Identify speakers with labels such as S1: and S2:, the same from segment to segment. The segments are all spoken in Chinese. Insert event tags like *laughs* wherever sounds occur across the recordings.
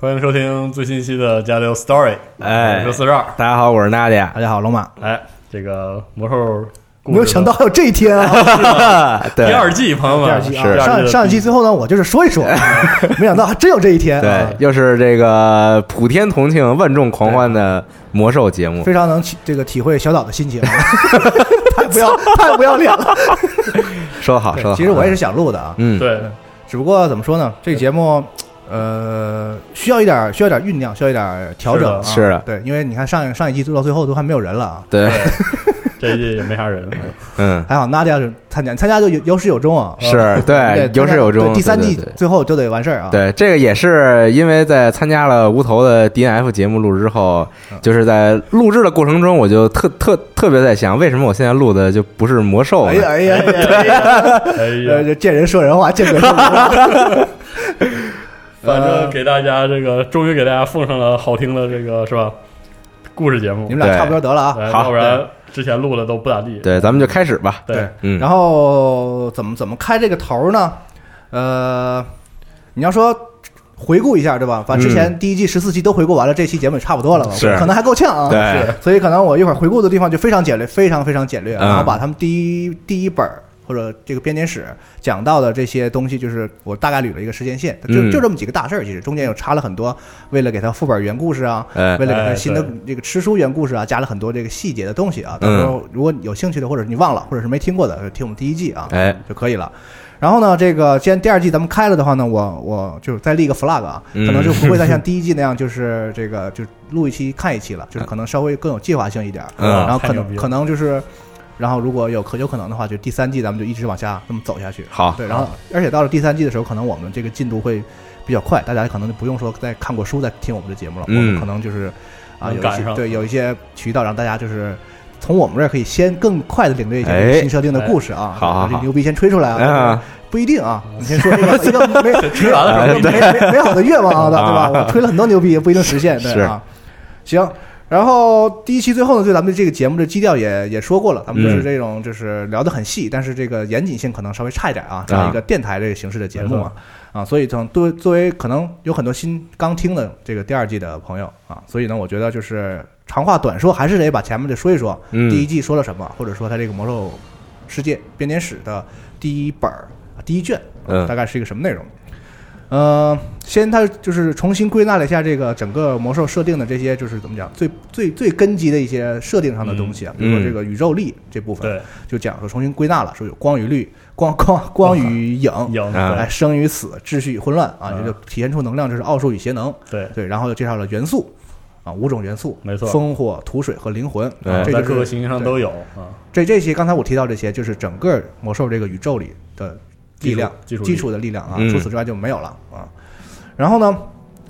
S1: 欢迎收听最新一期的《加六 Story》，
S2: 哎
S1: 我是四十二。
S2: 大家好，我是娜姐。
S3: *laughs* 大家好，龙马，
S1: 哎，这个魔兽故事的
S3: 没有想到还有这一
S2: *laughs*
S3: 天啊！
S2: 对
S1: 第二季，朋友
S3: 第
S1: 们，
S3: 二季啊，
S1: 第二
S3: 上
S1: 的
S3: 上一期最后呢，我就是说
S2: *laughs*
S3: 一说，没想到还真有这一天啊
S2: 对，！又是这个普天同庆、万众狂欢的魔兽节目。
S3: 非常能体这个体会小岛的
S2: *laughs*
S3: 心情，啊太不要太不要脸了。
S2: 说得好，说得好。
S3: 其实我也是，想录的啊，
S2: 嗯，
S1: 对
S3: 只不过怎么说呢，这个节目呃需要一点需要一点酝酿，需要一点调整啊。
S2: 是的是的
S3: 对，因为你看上上一季做到最后都还没有人了啊，
S2: 对，
S1: 这一季也没啥人，
S2: 嗯，
S3: 还好娜迪亚是参加，参加就有有始有终啊。
S2: 是对，有始有终。
S3: 对第三
S2: 对
S3: 季
S2: 对对
S3: 最后就得完事儿啊。
S2: 对，这个也是因为在参加了无头的 DNF 节目录制之后，
S3: 嗯
S2: 就是在录制的过程中，我就特特特别在想，为什么我现在录的就不是魔兽
S3: 哎
S2: 呢
S3: 呀？哎
S2: *laughs*
S3: 呀，
S1: 哎呀，
S3: 呃，见人说人话，见鬼说鬼话。
S1: 反正给大家这个，终于给大家奉上了好听的这个是吧？故事节目
S3: 你，们俩差不多得了啊。
S1: 哎
S2: 好
S1: 要不然之前录的都不咋地。
S2: 对，咱们就开始吧。
S1: 对，
S2: 嗯，
S3: 然后怎么怎么开这个头呢？呃，你要说回顾一下，对吧？把之前第一季十四期都回顾完了，这期节目也差不多了吧，
S2: 嗯是
S3: 可能还够呛啊。
S2: 对
S3: 是，所以可能我一会儿回顾的地方就非常简略，非常非常简略，啊
S2: 嗯
S3: 然后把他们第一第一本儿或者这个编年史讲到的这些东西，就是我大概捋了一个时间线，就
S2: 嗯
S3: 就这么几个大事儿，其实中间有插了很多，为了给它副本原故事啊，
S2: 哎
S3: 为了给它新的
S1: 哎对嗯
S3: 这个吃书原故事啊，加了很多这个细节的东西啊。到时候如果你有兴趣的，或者是你忘了，或者是没听过的，就听我们第一季啊，
S2: 哎，
S3: 就可以了。然后呢，这个既然第二季咱们开了的话呢，我我就是再立个 flag 啊，
S2: 嗯
S3: 可能就不会再像第一季那样，就是这个就录一期看一期了，就是可能稍微更有计划性一点儿，
S2: 嗯
S3: 然后
S1: 太
S3: 可
S1: 牛逼
S3: 能
S1: 了
S3: 可能就是，然后如果有可有可能的话，就第三季咱们就一直往下这么走下去。
S2: 好
S3: 对，然后而且到了第三季的时候，可能我们这个进度会比较快，大家可能就不用说再看过书再听我们的节目了，
S2: 嗯
S3: 我们可能就是啊
S1: 能
S3: 有一
S1: 赶
S3: 些
S1: 上
S3: 对有一些渠道让大家就是。从我们这儿可以先更快的领略一下这
S2: 哎
S3: 个新设定的故事啊，
S2: 好好好
S3: 把这牛逼先吹出来啊
S2: 啊，，
S3: 不一定啊，你先说
S2: *laughs*
S3: 一个一个没
S1: 吃完了
S3: 没
S1: 是吧？
S3: 没美好的愿望啊，对吧？
S2: 哎啊
S3: 我吹了很多牛逼，也不一定实现，对啊。行，然后第一期最后呢，对咱们这个节目的基调也也说过了，咱们就是
S2: 嗯
S3: 这种就是聊得很细，但是这个严谨性可能稍微差一点啊，这
S2: 啊
S3: 样一个电台这个形式的节目啊。啊，所以等对作为可能有很多新刚听的这个第二季的朋友啊，所以呢，我觉得就是长话短说，还是得把前面的说一说，
S2: 嗯
S3: 第一季说了什么，或者说它这个《魔兽世界编年史》的第一本儿、第一卷，
S2: 嗯
S3: 大概是一个什么内容？呃，先它就是重新归纳了一下这个整个魔兽设定的这些，就是怎么讲最最最根基的一些设定上的东西啊，
S2: 嗯
S3: 比如说这个宇宙力这部分，
S1: 嗯对，
S3: 就讲说重新归纳了，说有光与绿、光光光与影、
S1: 赢
S2: 啊
S3: 哎，生与死、秩序与混乱啊，
S1: 嗯
S3: 这就体现出能量，这是奥数与邪能。
S1: 对对，
S3: 对，然后又介绍了元素啊，五种元素，
S1: 没错
S3: 风火、土水和灵魂，
S2: 对
S3: 啊这
S1: 在
S3: 就
S1: 各个
S3: 是
S1: 行星上都有啊。
S3: 这这些刚才我提到这些，就是整个魔兽这个宇宙里的力量，
S1: 基础基础力
S3: 基础的力量啊
S2: 嗯，
S3: 除此之外就没有了啊。然后呢？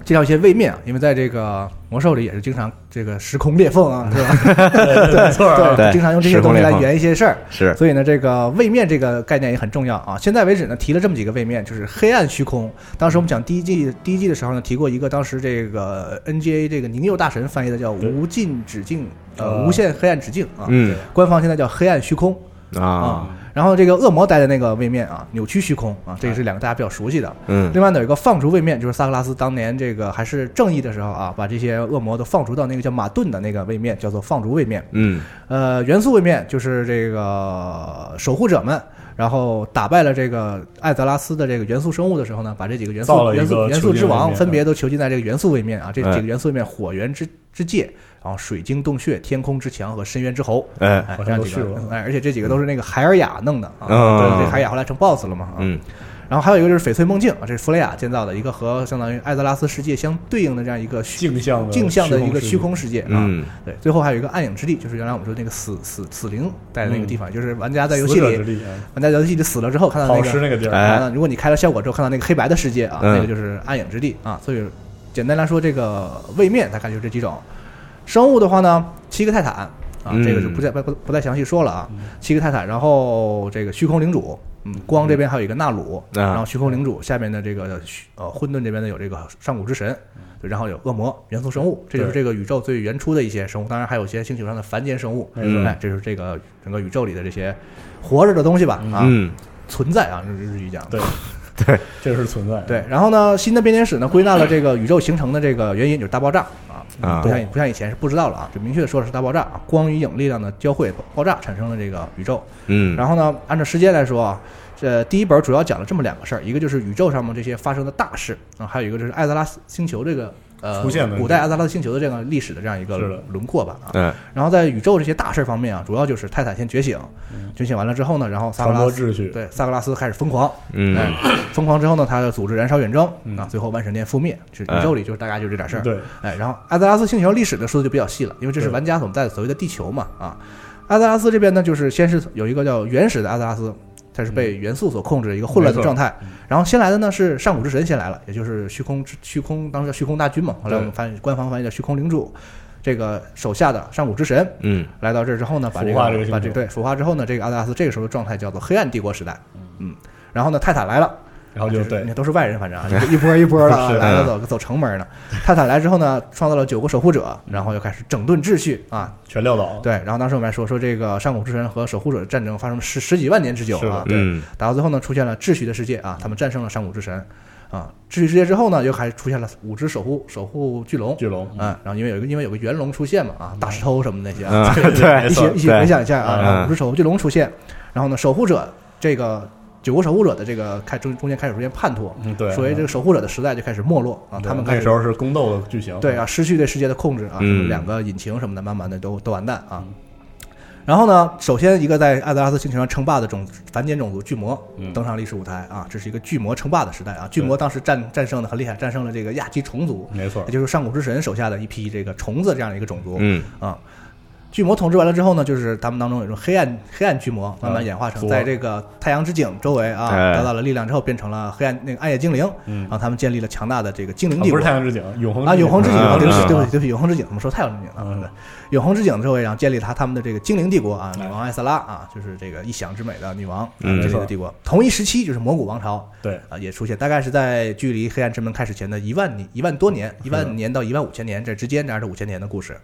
S3: 介绍一些位面啊，因为在这个魔兽里也是经常这个时空裂缝啊，对吧？
S1: 对，没错啊，
S2: *laughs* 对
S3: 经常用这些东西
S2: 时
S3: 来
S2: 空裂缝
S3: 圆一些事儿。
S2: 是
S3: 所以呢，这个位面这个概念也很重要啊。现在为止呢，提了这么几个位面，就是黑暗虚空。当时我们讲第一季第一季的时候呢，提过一个，当时这个 NGA 这个宁佑大神翻译的叫“
S1: 对
S3: 无尽止境”，
S1: 啊
S3: 呃，无限黑暗止境啊。
S2: 嗯
S3: 官方现在叫黑暗虚空
S2: 啊
S3: 啊。然后这个恶魔待的那个位面啊，扭曲虚空
S1: 哎
S3: 啊，这也是两个大家比较熟悉的。
S2: 嗯
S3: 另外呢，有一个放逐位面，就是萨格拉斯当年这个还是正义的时候啊，把这些恶魔都放逐到那个叫马顿的那个位面，叫做放逐位面。
S2: 嗯
S3: 呃，元素位面就是这个守护者们，然后打败了这个艾泽拉斯的这个元素生物的时候呢，把这几个元
S1: 造
S3: 素
S1: 了一
S3: 元
S1: 个
S3: 素元
S1: 囚
S3: 素
S1: 禁
S3: 之
S1: 位
S3: 王
S1: 面
S3: 分别
S1: 嗯
S3: 都囚禁在这个元素位面啊，这
S2: 哎
S3: 几个元素位面火源之之界，然后水晶洞穴、天空之墙和深渊之侯。
S2: 哎
S3: 哎
S1: 好，
S3: 这
S1: 像嗯
S3: 样
S1: 都
S3: 几
S1: 去
S3: 个
S1: 过，
S3: 哎，而且这几个都是那个海尔雅弄的啊，
S2: 嗯
S3: 对这海尔雅后来成 BOSS 了嘛，啊，
S2: 嗯
S3: 然后还有一个就是翡翠梦境啊，这是弗雷亚建造的一个和相当于艾泽拉斯世界相对应的这样一个虚
S1: 镜像的
S3: 镜像的一个
S1: 虚
S3: 虚
S1: 空
S3: 空世界啊，
S2: 嗯
S3: 对，最后还有一个暗影之地，就是原来我们说那个死死死灵在那个地方，就是玩家在游
S1: 嗯死
S3: 戏
S1: 者之
S3: 里，
S1: 力啊，
S3: 玩家在游戏里死了之后看到
S1: 好
S3: 那
S1: 吃
S3: 个，
S1: 那个地儿，
S2: 哎
S3: 啊如果你开了效果之后看到那个黑白的世界啊，
S2: 嗯
S3: 那个就是暗影之地啊。所以简单来说，这个位面大概就是这几种。生物的话呢，七个泰坦啊，
S2: 嗯
S3: 这个就不再不不再详细说了啊，七个泰坦，然后这个虚空领主。嗯，光这边还有一个纳鲁，
S2: 嗯啊
S3: 然后虚空领主下面的这个虚呃混沌这边呢有这个上古之神，
S2: 嗯
S3: 对然后有恶魔、元素生物，这就是
S1: 对
S3: 这个宇宙最原初的一些生物，当然还有一些星球上的凡间生物，
S1: 嗯
S3: 哎，这是这个整个宇宙里的这些活着的东西吧，啊，
S2: 嗯
S3: 存在啊，日日语讲的，
S1: 对
S2: 对，
S1: 这是存在的，
S3: 对，然后呢，新的编年史呢归纳了这个宇宙形成的这个原因，就是大爆炸啊，
S2: 啊
S3: 不像不像以前是不知道了啊，就明确的说了是大爆炸啊，光与影力量的交汇爆炸产生了这个宇宙。
S2: 嗯
S3: 然后呢，按照时间来说啊，这第一本主要讲了这么两个事儿，一个就是宇宙上面这些发生的大事啊，还有一个就是艾泽拉斯星球这个呃
S1: 出现的
S3: 古代艾泽拉斯星球的这个历史的这样一个
S1: 是的
S3: 轮廓吧啊。
S2: 嗯
S3: 然后在宇宙这些大事方面啊，主要就是泰坦先觉醒，觉醒完了之后呢，然后萨
S1: 嗯
S3: 格
S1: 传
S3: 拉
S1: 播
S3: 斯
S1: 秩序，
S3: 对萨格拉斯开始疯狂，哎
S2: 嗯，
S3: 疯狂之后呢，他就组织燃烧远征
S1: 嗯
S3: 啊，最后万神殿覆灭，就是
S2: 哎
S3: 宇宙里就是大概就这点事儿。
S1: 对，
S3: 哎，然后阿泽拉斯星球历史的说的就比较细了，因为这是
S1: 对
S3: 玩家所在的所谓的地球嘛啊。阿泽拉斯这边呢，就是先是有一个叫原始的阿泽拉斯，它是被元素所控制的一个混乱的状态。
S1: 嗯
S3: 然后先来的呢是上古之神先来了，也就是虚空之虚空当时叫虚空大军嘛，后来我们翻译官方翻译叫虚空领主，这个手下的上古之神
S2: 嗯
S3: 来到这儿之后呢，把这
S1: 腐化这个
S3: 个
S1: 星
S3: 把
S1: 球
S3: 这对腐化之后呢，这个阿泽拉斯这个时候的状态叫做黑暗帝国时代，嗯，然后呢泰坦来了。
S1: 然后就
S3: 啊就是
S1: 对
S3: 那，都是外人，反正啊一波一波的
S1: *laughs*
S3: 啊
S1: 是
S3: 来了走走城门呢。泰坦来之后呢，创造了九个守护者，然后又开始整顿秩序啊。
S1: 全撂倒，
S3: 对，然后当时我们还说说这个上古之神和守护者的战争发生了十十几万年之久
S1: 是
S3: 啊
S1: 的，
S2: 嗯
S3: 打到最后呢，出现了秩序的世界啊，他们战胜了上古之神啊。秩序世界之后呢，又还出现了五只守护守护巨龙，
S1: 巨龙，
S3: 嗯，然后因为有一个因为有个元龙出现嘛啊，大石头什么那些啊，
S2: 嗯对
S3: 一起一起回想一下
S2: 嗯
S3: 啊，然后五只守护巨龙出现，然后呢，守护者这个九个守护者的这个开中中间开始出现叛徒，
S1: 嗯，对，
S3: 所以这个守护者的时代就开始没落啊，他们
S1: 那
S3: 开
S1: 个
S3: 始
S1: 时候是宫斗的剧情，
S3: 对啊，失去对世界的控制啊，什么
S2: 嗯
S1: 嗯
S3: 两个引擎什么的，慢慢的都都完蛋啊。然后呢，首先一个在阿泽拉斯星球上称霸的种族凡间种族巨魔
S1: 嗯
S3: 登上历史舞台啊，这是一个巨魔称霸的时代啊。巨魔当时战战胜的很厉害，战胜了这个亚基虫族，
S1: 没错
S3: 也，就是上古之神手下的一批这个虫子这样的一个种族。
S2: 嗯
S3: 啊。巨魔统治完了之后呢，就是他们当中有一种黑暗黑暗巨魔，
S1: 啊
S3: 慢慢演化成
S1: 左
S3: 在这个太阳之井周围啊
S2: 哎
S3: 得到了力量之后，变成了黑暗那个暗夜精灵，
S1: 嗯
S3: 然，后他们建立了强大的这个精灵
S1: 啊
S3: 帝
S1: 不
S3: 国
S1: 是太阳之井，永恒
S3: 啊，永恒之井，
S2: 啊
S3: 对不起，
S1: 啊
S3: 对不起，对不起，永恒之井，我们说太阳之井了，
S1: 嗯
S3: 对永恒之井周围，然后建立他他们的这个精灵帝国啊，女
S1: 哎
S3: 王艾萨拉啊，就是这个一想之美的女王啊
S2: 嗯
S3: 建立
S1: 没
S3: 的
S1: 错
S3: 帝国。同一时期就是魔古王朝
S1: 对，
S3: 啊也出现，大概是在距离黑暗之门开始前的一万年、一万多年、一万年到一万五千年这之间，这样的五千年的故
S1: 嗯
S3: 事。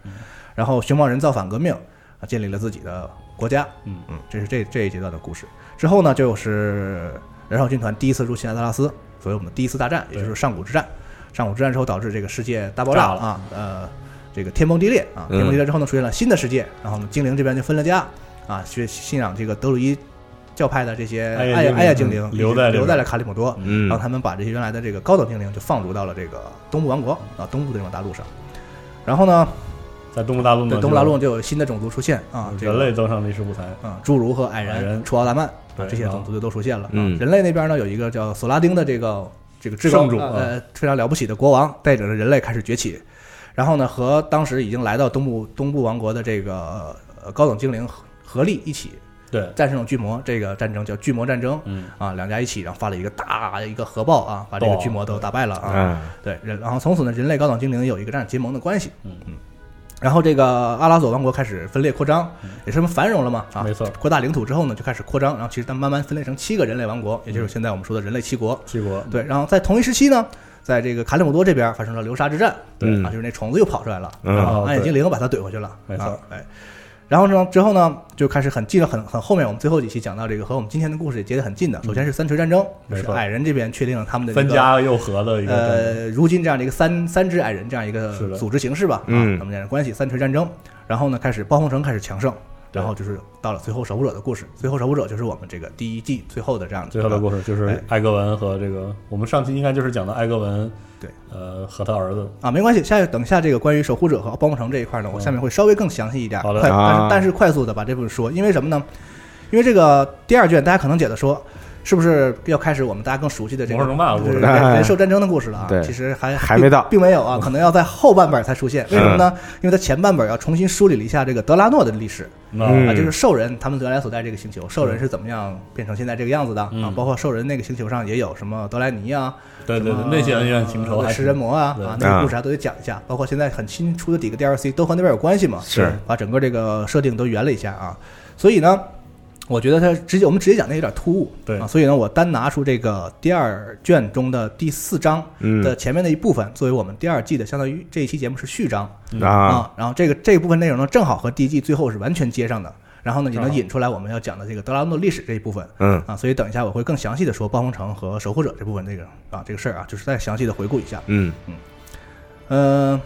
S3: 然后熊猫人造反革命啊，建立了自己的国家。
S1: 嗯
S3: 嗯，这是这这一阶段的故事。之后呢，就是燃烧军团第一次入侵阿特拉斯，所以我们的第一次大战，也
S1: 对
S3: 就是上古之战。上古之战之后，导致这个世界大爆炸
S1: 炸了嗯
S3: 啊，呃，这个天崩地裂啊，天崩地裂之后呢，出现了新的世界，然后呢，精灵这边就分了家啊，学信仰这个德鲁伊教派的这些
S1: 暗夜精
S3: 艾
S1: 灵嗯
S3: 艾亚精灵，
S1: 留在这边
S3: 留在了卡里姆多，
S2: 嗯
S3: 然后他们把这些原来的这个高等精灵就放逐到了这个东部王国啊，东部的这种大陆上。然后呢，
S1: 在东部大陆呢，
S3: 对东部大陆就有新的种族出现啊，这个
S1: 人类登上历史舞台，
S3: 啊，侏儒和矮
S1: 矮
S3: 人、
S1: 人
S3: 楚奥达曼啊
S1: 对
S3: 这些种族就都出现了。
S2: 嗯
S3: 人类那边呢有一个叫索拉丁的这个这个至高
S1: 圣主
S3: 呃非常了不起的国王，带领着人类开始崛起。然后呢，和当时已经来到东部东部王国的这个呃高等精灵合合力一起
S1: 对，
S3: 战胜了巨魔，这个战争叫巨魔战争
S1: 嗯，
S3: 啊，两家一起，然后发了一个大一个核爆啊，把这个
S1: 爆
S3: 巨魔都打败了啊。
S2: 啊，
S3: 对，人然后从此呢，人类高等精灵有一个战略结盟的关系。
S1: 嗯
S3: 嗯。然后这个阿拉索王国开始分裂扩张，也是繁荣了嘛啊，
S1: 嗯没错
S3: 扩大领土之后呢，就开始扩张，然后其实它慢慢分裂成七个人类王
S1: 嗯
S3: 国，也就是现在我们说的人类七国。
S1: 七国，
S3: 对，然后在同一时期呢，在这个卡里姆多这边发生了流沙之战，
S1: 对
S2: 嗯
S3: 啊，就是那虫子又跑出来了，
S2: 嗯
S3: 然后
S1: 哦
S3: 暗夜
S1: 对
S3: 精灵把它怼回去了，
S1: 没错
S3: 啊，哎。然后呢，之后呢，就开始很记得很很后面，我们最后几期讲到这个和我们今天的故事也结得很近的。首先是三锤战争，就
S1: 嗯没
S3: 是
S1: 错
S3: 矮人这边确定了他们的一个
S1: 分家又合的一个战争，
S3: 呃，如今这样的一个三三只矮人这样一
S1: 是
S3: 个
S1: 的
S3: 组织形式吧，
S2: 嗯
S3: 啊，咱们这样的关系，三锤战争，然后呢，开始暴风城开始强盛，
S1: 对
S3: 然后就是到了最后守护者的故事，最后守护者就是我们这个第一季最后的这样的
S1: 最后的故事就是
S3: 哎
S1: 艾格文和这个，我们上期应该就是讲的艾格文，
S3: 对，
S1: 呃，和他儿子，
S3: 啊，没关系，下一等一下这个关于守护者和暴风城这一块呢，我
S1: 嗯
S3: 下面会稍微更详细一点，
S1: 好的
S3: 快，但
S2: 啊
S3: 是但是快速的把这部分说，因为什么呢？因为这个第二卷大家可能觉得说。是不是要开始我们大家更熟悉的这
S1: 魔
S3: 个
S1: 兽争霸的故事
S3: 就是
S2: 哎
S3: 人兽战争的故事了啊？
S2: 对
S3: 其实还
S2: 还没到嗯
S3: 并没有啊，可能要在后半本才出现。为什么呢？因为它前半本要重新梳理了一下这个德拉诺的历史
S1: 那
S2: 嗯
S3: 啊，就是兽人他们原来所在这个星球，兽人是怎么样变成现在这个样子的啊
S1: 嗯？
S3: 包括兽人那个星球上也有什么德莱尼啊，
S1: 对对
S3: 什
S1: 对
S3: 么，
S1: 那些恩怨情仇
S3: 呃
S1: 还
S3: 食人魔啊
S1: 对
S3: 啊，那个故事啊都得讲一下。包括现在很新出的几个 DLC 都和那边有关系嘛，
S2: 是
S3: 把整个这个设定都圆了一下啊。所以呢，我觉得它直接我们直接讲那有点突兀，
S1: 对
S3: 啊。所以呢，我单拿出这个第二卷中的第四章
S2: 嗯
S3: 的前面的一部分，作为我们第二季的相当于这一期节目是序章
S2: 啊，
S3: 啊。然后这个这一部分内容呢，正好和第一季最后是完全接上的。然后呢，也能
S1: 正好
S3: 引出来我们要讲的这个德拉诺历史这一部分。
S2: 嗯
S3: 啊，所以等一下我会更详细的说暴风城和守护者这部分这个啊这个事儿啊，就是再详细的回顾一下。
S2: 嗯
S3: 嗯，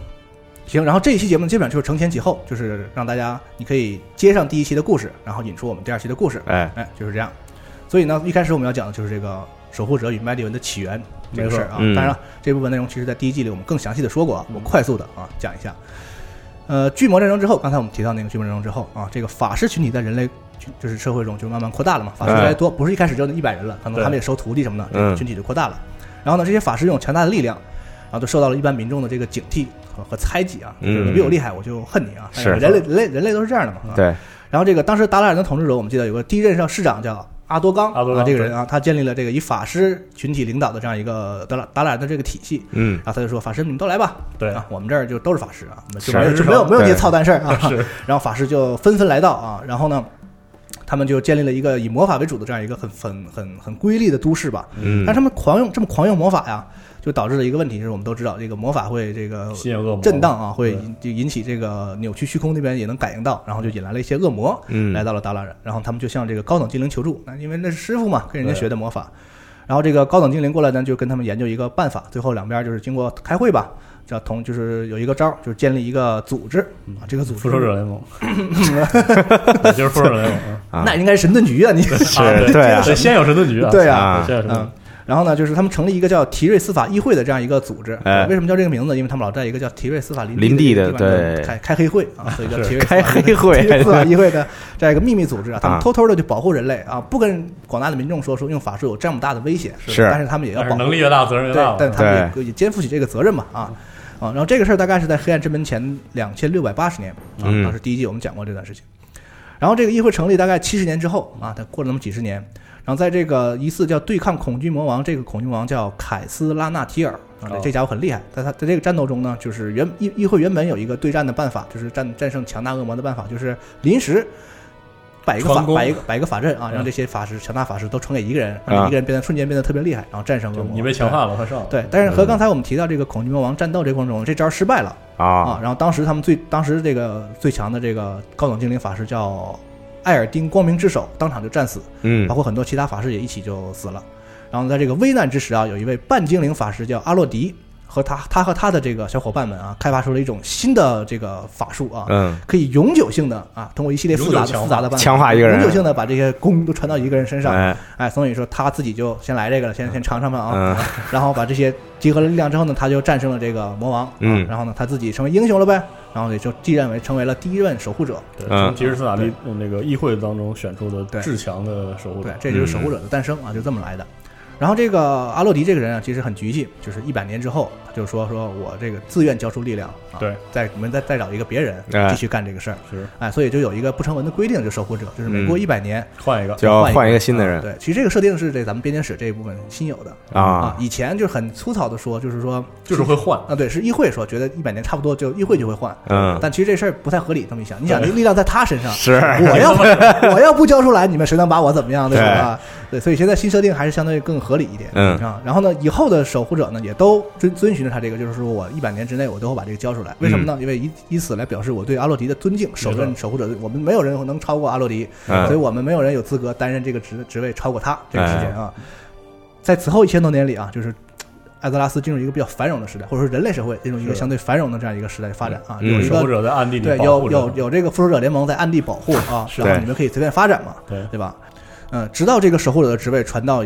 S3: 行，然后这一期节目基本上就是承前启后，就是让大家你可以接上第一期的故事，然后引出我们第二期的故事，
S2: 哎
S3: 哎，就是这样。所以呢，一开始我们要讲的就是这个守护者与麦迪文的起源这个事儿
S2: 没错
S3: 啊。
S2: 嗯
S3: 当然了，这部分内容其实在第一季里我们更详细的说过啊，我快速的啊讲一下。呃，巨魔战争之后，刚才我们提到那个巨魔战争之后啊，这个法师群体在人类就是社会中就慢慢扩大了嘛，法师越来越多，不是一开始就那一百人了，可能
S1: 对
S3: 他们也收徒弟什么的，这
S2: 嗯
S3: 个群体就扩大了。然后呢，这些法师拥有强大的力量，然后都受到了一般民众的这个警惕和和猜忌啊，就是你比我厉害，我就恨你啊。
S2: 嗯是
S3: 人类人类人类都是这样的嘛。啊
S2: 对，
S3: 然后这个当时达拉尔的统治者，我们记得有个第一任上市长叫阿多冈
S1: 阿多
S3: 啊，
S1: 冈
S3: 这个人啊，他建立了这个以法师群体领导的这样一个达拉达拉尔的这个体系。
S2: 嗯
S3: 然后他就说：“法师，你们都来吧！
S1: 对
S3: 啊，我们这儿就都是法师啊，
S2: 是
S3: 就没有就没有没有这些操蛋事儿啊。
S1: *laughs* 是”
S3: 然后法师就纷纷来到啊，然后呢，他们就建立了一个以魔法为主的这样一个很很很很瑰丽的都市吧。
S2: 嗯
S3: 但是他们狂用这么狂用魔法呀，就导致了一个问题，就是我们都知道这个魔法会这个
S1: 吸引恶魔
S3: 震荡啊，会
S1: 对
S3: 引就引起这个扭曲虚空那边也能感应到，然后就引来了一些恶魔，
S2: 嗯
S3: 来到了达拉人，然后他们就向这个高等精灵求助，那因为那是师傅嘛，跟人家
S1: 对
S3: 学的魔法，然后这个高等精灵过来呢，就跟他们研究一个办法，最后两边就是经过开会吧，叫同就是有一个招儿，就是建立一个组织
S2: 嗯
S3: 啊，这个组织
S1: 复仇者联盟， *laughs* 对就是复仇者联盟，
S2: 啊 *laughs*
S3: 那应该是神盾局啊，你
S1: 啊
S2: 是对啊
S1: 对，先有神盾局啊，
S3: 对
S2: 啊
S1: 先有神盾
S3: 嗯
S1: 局，。
S3: 然后呢，就是他们成立一个叫提瑞司法议会的这样一个组织。
S2: 哎
S3: 为什么叫这个名字？因为他们老在一个叫提瑞司法林
S2: 林地
S3: 地
S2: 的
S3: 的地方
S2: 对
S3: 开开黑会啊，所以叫
S1: 是
S3: 提瑞司法
S2: 开黑
S3: 提瑞
S2: 会
S3: 司法议会的这啊样一个秘密组织啊，他
S2: 啊
S3: 们偷偷的去保护人类啊，不跟广大的民众说说用法术有这么大的危险，
S2: 是
S3: 但是他们也要
S1: 但是
S3: 保护
S1: 能力越大，责任越
S3: 对
S1: 大，嘛。
S3: 但他们也也肩负起这个责任嘛啊啊！然后这个事儿大概是在黑暗之门前两千六百八十年啊
S2: 嗯，
S3: 当时第一季我们讲过这段事情。然后这个议会成立大概七十年之后啊，它过了那么几十年，然后在这个疑似叫对抗恐惧魔王，这个恐惧魔王叫凯斯拉纳提尔啊，这
S1: 哦
S3: 这家伙很厉害。在他在这个战斗中呢，就是原议议会原本有一个对战的办法，就是战战胜强大恶魔的办法，就是临时。摆一个法
S1: 传功
S3: 摆一个摆一个法阵啊，
S1: 嗯
S3: 让这些法师强大法师都传给一个人，让这一个人变得瞬间变得特别厉害，然后战胜恶
S1: 就
S3: 魔。
S1: 你被强化了，他上了，
S3: 对，但是和刚才我们提到这个恐惧魔王战斗这过程中，这招失败了啊。
S2: 啊，
S3: 然后当时他们最当时这个最强的这个高等精灵法师叫艾尔丁光明之手，当场就战死，
S2: 嗯
S3: 包括很多其他法师也一起就死了。然后在这个危难之时啊，有一位半精灵法师叫阿洛迪，和他他和他的这个小伙伴们啊，开发出了一种新的这个法术啊，
S2: 嗯，
S3: 可以永久性的啊，通过一系列复杂
S1: 永久
S3: 的
S1: 强化
S3: 复杂的办法
S2: 强化一个人
S3: 永久性的把这些功都传到一个人身上。
S2: 哎，
S3: 哎，所以说他自己就先来这个了，先先尝尝吧啊。
S2: 嗯
S3: *laughs* 然后把这些集合了力量之后呢，他就战胜了这个魔王，
S2: 嗯
S3: 然后呢，他自己成为英雄了呗，然后也就继任为成为了第一任守护者，
S1: 对，
S2: 嗯
S1: 从吉尔斯塔利那个议会当中选出
S3: 对
S1: 的至强的守护
S3: 对
S1: 者，，
S3: 这就是守护者的诞生啊，就这么来的。然后这个阿洛迪这个人啊，其实很局气，就是一百年之后，他就说说我这个自愿交出力量，啊、
S1: 对，
S3: 再我们再再找一个别人
S2: 哎
S3: 继续干这个事儿，
S1: 是
S3: 哎，所以就有一个不成文的规定，就守护者，就是每过
S2: 嗯
S3: 一百年、
S1: 换一个，
S2: 就要换一
S3: 一
S2: 个新的
S1: 嗯
S2: 人
S3: 对，其实这个设定是这咱们编年史这一部分新有的
S2: 啊，
S3: 以前就是很粗糙的说，就是说
S1: 就是会换，
S3: 啊，对，是议会说觉得一百年差不多就议会就会换，
S2: 嗯
S3: 但其实这事儿不太合理。这么一想，你想
S1: 对
S3: 这力量在他身
S1: *laughs*
S3: 上，
S2: 是
S3: 我要不我要不交出来，你们谁能把我怎么样，对吧？对，所以现在新设定还是相对更合理一点，
S2: 嗯
S3: 啊。然后呢，以后的守护者呢也都遵遵循着他这个，就是说我一百年之内我都会把这个交出来。为什么呢？因为以以此来表示我对阿洛迪的尊敬，首任
S1: 嗯没
S3: 守护者，我们没有人能超过阿洛迪，
S2: 嗯
S3: 所以我们没有人有资格担任这个职职位超过
S1: 嗯
S3: 他这个时间啊。在此后一千多年里啊，就是艾泽拉斯进入一个比较繁荣的时代，或者说人类社会进入一个
S1: 是的
S3: 相对繁荣的这样一个时代发展啊，
S2: 嗯
S3: 有一
S1: 守护
S3: 个
S1: 者在暗地里
S3: 对
S1: 保护
S3: 有
S1: 着
S3: 有有这个复仇者联盟在暗地保护啊，
S2: 是
S3: 然后
S2: 对
S3: 你们可以随便发展嘛，
S1: 对
S3: 对吧？嗯，直到这个守护者的职位传到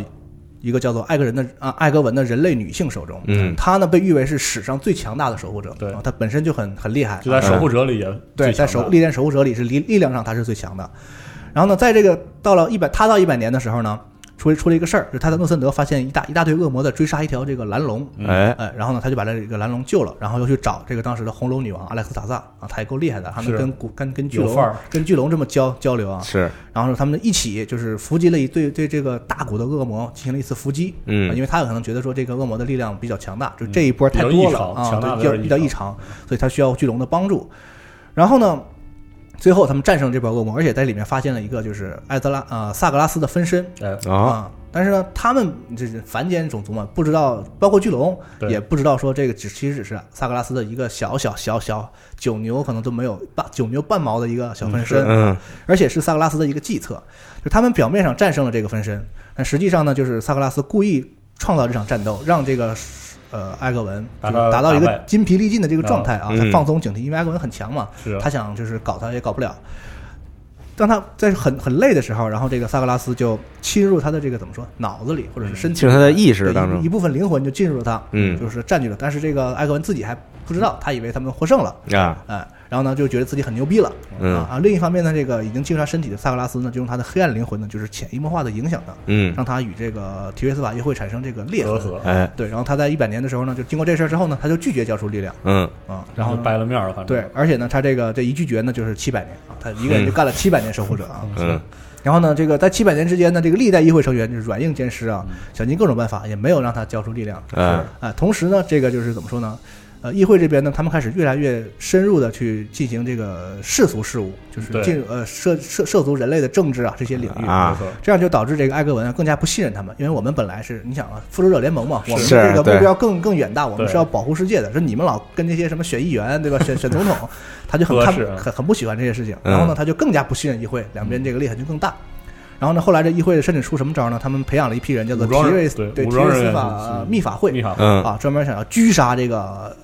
S3: 一个叫做艾格人的啊艾格文的人类女性手中，
S2: 嗯
S3: 她呢被誉为是史上最强大的守护者，
S1: 对
S3: 啊她本身就很很厉害，啊
S1: 就在守护者里也
S3: 对，
S1: 最
S3: 在
S1: 强
S3: 守
S1: 大
S3: 历练守护者里是力力量上他是最强的。然后呢，在这个到了一百，他到一百年的时候呢，出出了一个事儿，就是他在诺森德发现一大一大堆恶魔在追杀一条这个蓝龙，
S1: 嗯
S2: 哎，
S3: 哎，然后呢，他就把这个蓝龙救了，然后又去找这个当时的红龙女王阿莱克塔萨啊，她也够厉害的，还能
S1: 是
S3: 跟古跟跟巨
S1: 有范
S3: 龙
S1: 儿
S3: 跟巨龙这么交交流啊。
S2: 是，
S3: 然后呢，他们一起就是伏击了一对对这个大古的恶魔进行了一次伏击，
S2: 嗯
S3: 啊因为他有可能觉得说这个恶魔的力量比较强大，就这一波太
S1: 嗯比
S3: 多
S1: 较异
S3: 了
S1: 常
S3: 啊，
S1: 强大的
S3: 对比较
S1: 有点
S3: 比较异
S1: 异
S3: 常，所以他需要巨龙的帮助。然后呢，最后他们战胜这波恶魔，而且在里面发现了一个就是艾泽拉呃萨格拉斯的分身
S1: 哎，
S2: 啊，
S3: 啊。但是呢，他们这是凡间种族嘛，不知道，包括巨龙
S1: 对
S3: 也不知道说这个只其实只是萨格拉斯的一个小小小小九牛可能都没有半九牛半毛的一个小分身，
S2: 嗯
S3: 而且是萨格拉斯的一个计策，就他们表面上战胜了这个分身，但实际上呢，就是萨格拉斯故意创造这场战斗，让这个呃埃格文就
S1: 把
S3: 是
S1: 他
S3: 达到
S1: 打
S3: 一个
S1: 败
S3: 筋疲力尽的这个状态啊，
S2: 嗯
S3: 他放松警惕，因为埃格文很强嘛，
S1: 是啊
S3: 他想就是搞他也搞不了。当他在很很累的时候，然后这个萨格拉斯就侵入他的这个怎么说脑子里或者是身
S2: 嗯
S3: 体里，
S2: 进入他的意识
S3: 对
S2: 当
S3: 一
S2: 中
S3: 一部分灵魂就进入了他，
S2: 嗯
S3: 就是占据了。但是这个埃格文自己还不知道，他以为他们获胜了，
S2: 啊，
S3: 哎，然后呢就觉得自己很牛逼了，
S2: 嗯
S3: 啊啊。另一方面呢，这个已经进入他身体的萨格拉斯呢，就用他的黑暗灵魂呢，就是潜移默化的影响他，
S2: 嗯，
S3: 让他与这个提瑞斯法议会产生这个裂
S1: 隔
S3: 痕。
S1: 阂，
S2: 哎，
S3: 对，然后他在一百年的时候呢，就经过这事儿之后呢，他就拒绝交出力量
S2: 嗯，
S3: 啊，然
S1: 然
S3: 后
S1: 后
S3: 呢
S1: 掰了面儿了，反正
S3: 对，而且呢，他这个这一拒绝呢，就是七百年啊，他一个人就干了七百年守护者啊。
S2: 嗯，
S3: 然后呢，这个在七百年之间呢，这个历代议会成员就是软硬兼施啊，想尽各种办法，也没有让他交出力量。
S2: 嗯
S3: 啊，同时呢，这个就是怎么说呢？呃，议会这边呢，他们开始越来越深入的去进行这个世俗事务，就是
S1: 对
S3: 进入呃涉涉涉足人类的政治啊这些领域
S2: 啊，
S1: 没错
S3: 这样就导致这个埃格文啊更加不信任他们，因为我们本来是你想啊，复仇者联盟嘛，我们
S2: 是
S3: 这个
S2: 对
S3: 目标更更远大，我们
S1: 对
S3: 是要保护世界的。说你们老跟那些什么选议员对吧，选选
S1: *laughs*
S3: 总统，他就很
S1: 合
S3: 看
S1: 适啊嗯
S3: 很很不喜欢这些事情。然后呢
S2: 嗯，
S3: 他就更加不信任议会，两边这个裂痕就更大。然后呢，后来这议会甚至出什么招呢？他们培养了一批人叫做
S1: 武
S3: 提
S1: 装人
S3: 瑞
S1: 对
S3: 对
S1: 武
S3: 提
S1: 装人
S3: 瑞司呃
S1: 员
S3: 法
S1: 是
S3: 密法会
S1: 密法
S2: 嗯
S3: 啊，专门想要狙杀这个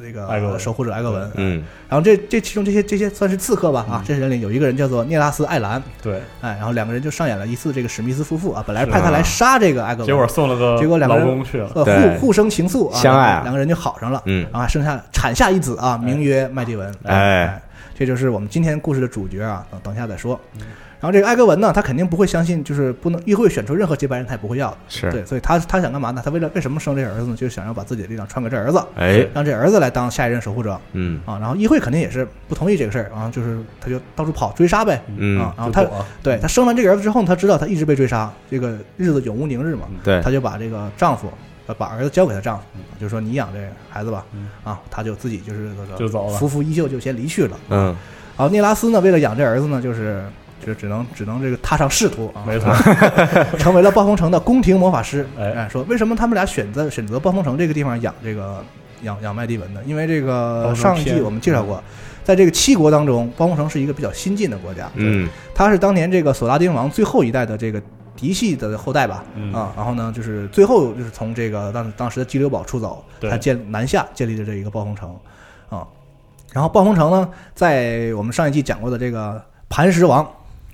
S3: 这
S1: 埃格
S3: 个
S1: 文
S3: 守护者埃格文。
S2: 嗯
S3: 然后这这其中这些这些算是刺客吧
S1: 嗯
S3: 啊，这些人里有一个人叫做涅拉斯艾兰，
S1: 对，
S3: 哎，然后两个人就上演了一次这个史密斯夫妇啊，本来
S1: 是
S3: 派他
S2: 啊
S3: 来杀这个埃格文，
S1: 结果送了个
S3: 结果两个
S1: 老
S3: 人
S1: 公去了，
S3: 呃
S2: 对
S3: 互互生情愫啊，
S2: 相爱啊
S3: 两个人就好上了，
S2: 嗯
S3: 然后还生下产下一子啊，名曰麦迪文。
S2: 哎
S3: 这就是我们今天故事的主角啊，等等一下再说。
S1: 嗯
S3: 然后这个埃格文呢，他肯定不会相信，就是不能议会选出任何接班人，他也不会要的。
S2: 是，
S3: 对，所以他他想干嘛呢？他为了为什么生这个儿子呢？就是想要把自己的力量传给这儿子，
S2: 哎，
S3: 让这儿子来当下一任守护者
S2: 嗯
S3: 啊。然后议会肯定也是不同意这个事儿，然后就是他就到处跑追杀呗。
S2: 嗯
S3: 啊，然后
S1: 就
S3: 他
S1: 躲
S3: 对他生完这个儿子之后呢，他知道他一直被追杀，这个日子永无宁日嘛。
S2: 对
S3: 她就把这个丈夫，呃把儿子交给她丈夫，就说你养这孩子吧
S1: 嗯，
S3: 啊，她就自己就是这个
S1: 就走了
S3: 服服依旧就先离去了。
S2: 嗯
S3: 然后涅拉斯呢，为了养这儿子呢，就是就只能只能这个踏上仕途啊， *laughs*
S1: 没错，
S3: 成为了暴风城的宫廷魔法师。
S1: 哎
S3: 说为什么他们俩选择选择暴风城这个地方养这个养养麦迪文呢？因为这
S1: 暴
S3: 个
S1: 风嗯城
S3: 上一季
S1: 偏
S3: 我们介绍过，在这个七国当中，暴风城是一个比较新进的国家，
S2: 嗯
S3: 他是当年这个索拉丁王最后一代的这个嫡系的后代吧，
S1: 嗯
S3: 啊，然后呢，就是最后就是从这个当当时的激流堡出走，
S1: 对
S3: 他建南下建立了这一个暴风城，啊，然后暴风城呢，在我们上一季讲过的这个磐石王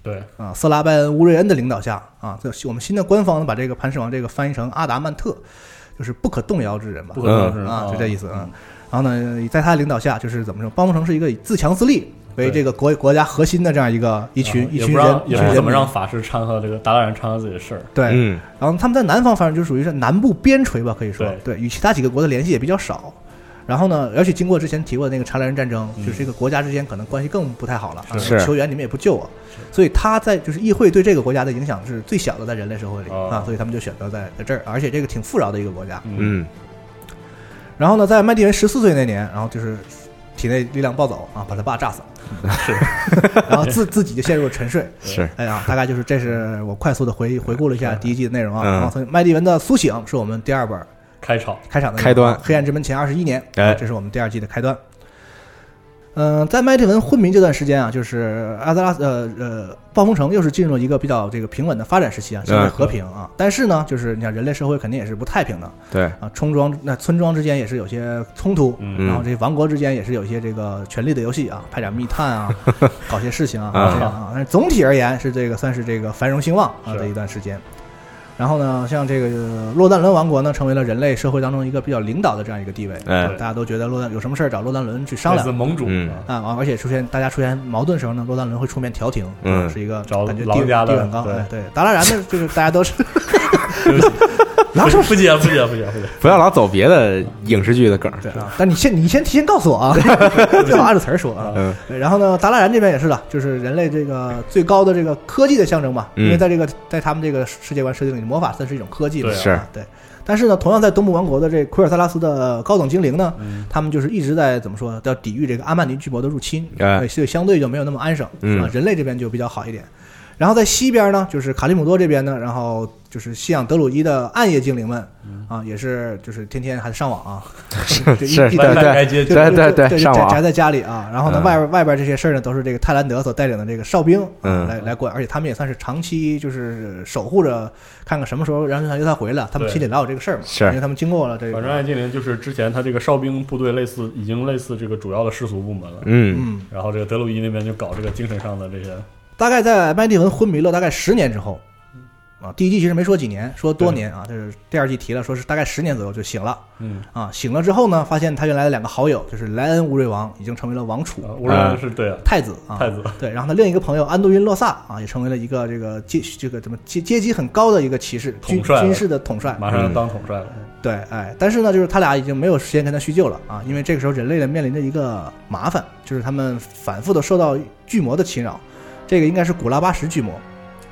S1: 对，
S3: 啊瑟拉拜恩乌瑞恩的领导下啊，这我们新的官方把这个磐石王这个翻译成阿达曼特，就是不可动摇之人吧
S1: 不，可能是哦
S3: 啊，就这意思
S1: 嗯
S3: 啊。然后呢，在他领导下，就是怎么说，暴风城是一个以自强自立
S1: 对
S3: 为
S1: 嗯
S3: 这个国国家核心的这样一个一群一
S1: 也
S3: 群
S1: 不
S3: 人
S1: 让，
S3: 一
S1: 也
S3: 群
S1: 不
S3: 人
S1: 怎么
S3: 民
S1: 让法师掺和这个达达人掺和自己的事儿，
S3: 对，
S2: 嗯
S3: 然后他们在南方反正就属于是南部边陲吧，可以说对，与其他几个国的联系也比较少。然后呢，而且经过之前提过的那个查莱人战争，
S1: 嗯
S3: 就是这个国家之间可能关系更不太好了，啊
S2: 是
S3: 球员你们也不救我，所以他在就是议会对这个国家的影响是最小的，在人类社会里、
S1: 哦
S3: 啊，所以他们就选择在在这儿，而且这个挺富饶的一个国家。
S2: 嗯
S3: 然后呢，在麦迪文十四岁那年，然后就是体内力量暴走啊，把他爸炸死了，是， *laughs* 然后自自己就陷入了沉睡，
S2: 是，
S3: 哎呀，大概就是这是我快速的回回顾了一下第一季的内容啊。
S2: 嗯
S3: 然后所以麦迪文的苏醒是我们第二本
S1: 开场
S3: 开场的
S2: 开端
S3: 《黑暗之门前二十一年》
S2: 哎
S3: 这是我们第二季的开端。嗯、在麦迪文昏迷这段时间啊，就是阿德拉斯呃呃暴风城又是进入了一个比较这个平稳的发展时期啊，相对
S2: 嗯
S3: 和平啊。但是呢，就是你看人类社会肯定也是不太平的
S2: 对，
S3: 啊，村庄那村庄之间也是有些冲突，
S1: 嗯
S3: 然后这王国之间也是有一些这个权力的游戏
S1: *laughs*
S3: 啊，派点密探啊，搞些事情啊，
S2: 啊
S3: 这样啊。但是总体而言是这个算是这个繁荣兴旺啊
S1: 是
S3: 的一段时间。然后呢，像这个呃洛丹伦王国呢，成为了人类社会当中一个比较领导的这样一个地位。
S2: 哎
S1: 对
S3: 大家都觉得洛丹有什么事儿找洛丹伦去商
S1: 类似
S3: 量
S1: 盟主
S2: 嗯
S1: 啊
S3: 啊，啊而且出现大家出现矛盾的时候呢，洛丹伦会出面调停，
S2: 嗯
S3: 是一个
S1: 找
S3: 感觉
S1: 老
S3: 地位
S1: 家
S3: 地
S1: 的
S3: 位很高。
S1: 对
S3: 哎对，达拉然呢，就是大家都是
S1: *laughs*
S3: *laughs*
S1: 不是不接不接不接不接，
S2: 不要老走别的影视剧的梗儿，
S3: 对啊，但你先你先提前告诉我
S2: *laughs*
S3: 啊， *laughs* 最好按照词儿说啊。
S2: 嗯
S3: 对然后呢，达拉然这边也是的，就是人类这个最高的这个科技的象征嘛，
S2: 嗯
S3: 因为在这个在他们这个世界观设定里，魔法算是一种科技嘛，
S1: 对啊
S2: 是
S3: 啊对。但是呢，同样在东部王国的这奎尔萨拉斯的高等精灵呢，
S1: 嗯
S3: 他们就是一直在怎么说呢，要抵御这个阿曼尼巨魔的入侵，
S2: 哎
S3: 对所以相对就没有那么安生。
S2: 嗯
S3: 啊，人类这边就比较好一点。然后在西边呢，就是卡利姆多这边呢，然后就是信仰德鲁伊的暗夜精灵们
S2: 嗯
S3: 啊，也是就是天天还上网
S2: *laughs*
S3: 啊，
S2: 是
S3: 就一
S2: 是，
S3: 一
S1: 般
S2: 对对
S1: 该接
S3: 就
S2: 对
S3: 就
S2: 对
S3: 就
S2: 对
S3: 就
S2: 上
S3: 宅
S2: 网
S3: 宅在家里啊。然后呢，
S2: 嗯
S3: 外边外边这些事儿呢，都是这个泰兰德所带领的这个哨兵啊
S2: 嗯
S3: 来来管，而且他们也算是长期就是守护着，看看什么时候让人他回来，他们
S1: 对
S3: 心里老有这个事儿嘛，
S2: 是
S3: 因为他们经过了这
S1: 反正
S3: 个，
S1: 暗夜精灵就是之前他这个哨兵部队类似已经类似这个主要的世俗部门了，
S2: 嗯
S3: 嗯，
S1: 然后这个德鲁伊那边就搞这个精神上的这些，
S3: 大概在麦蒂文昏迷了大概十年之后。
S1: 嗯
S3: 啊，第一季其实没说几年，说多年啊，就是第二季提了，说是大概十年左右就醒了
S1: 嗯，
S3: 啊。醒了之后呢，发现他原来的两个好友，就是莱恩乌瑞王已经成为了王储、
S1: 啊无
S3: 嗯
S1: 论是对啊
S3: 太子啊，
S1: 太子
S3: *laughs* 对，然后他另一个朋友安杜因洛萨啊，也成为了一个这个阶这个怎么阶阶级很高的一个骑士，军
S1: 统帅了
S3: 军事的统帅。
S1: 马上要当统帅了，
S3: 对，哎，但是呢，就是他俩已经没有时间跟他叙旧了啊，因为这个时候人类呢面临着一个麻烦，就是他们反复的受到巨魔的侵扰，这个应该是古拉巴什巨魔。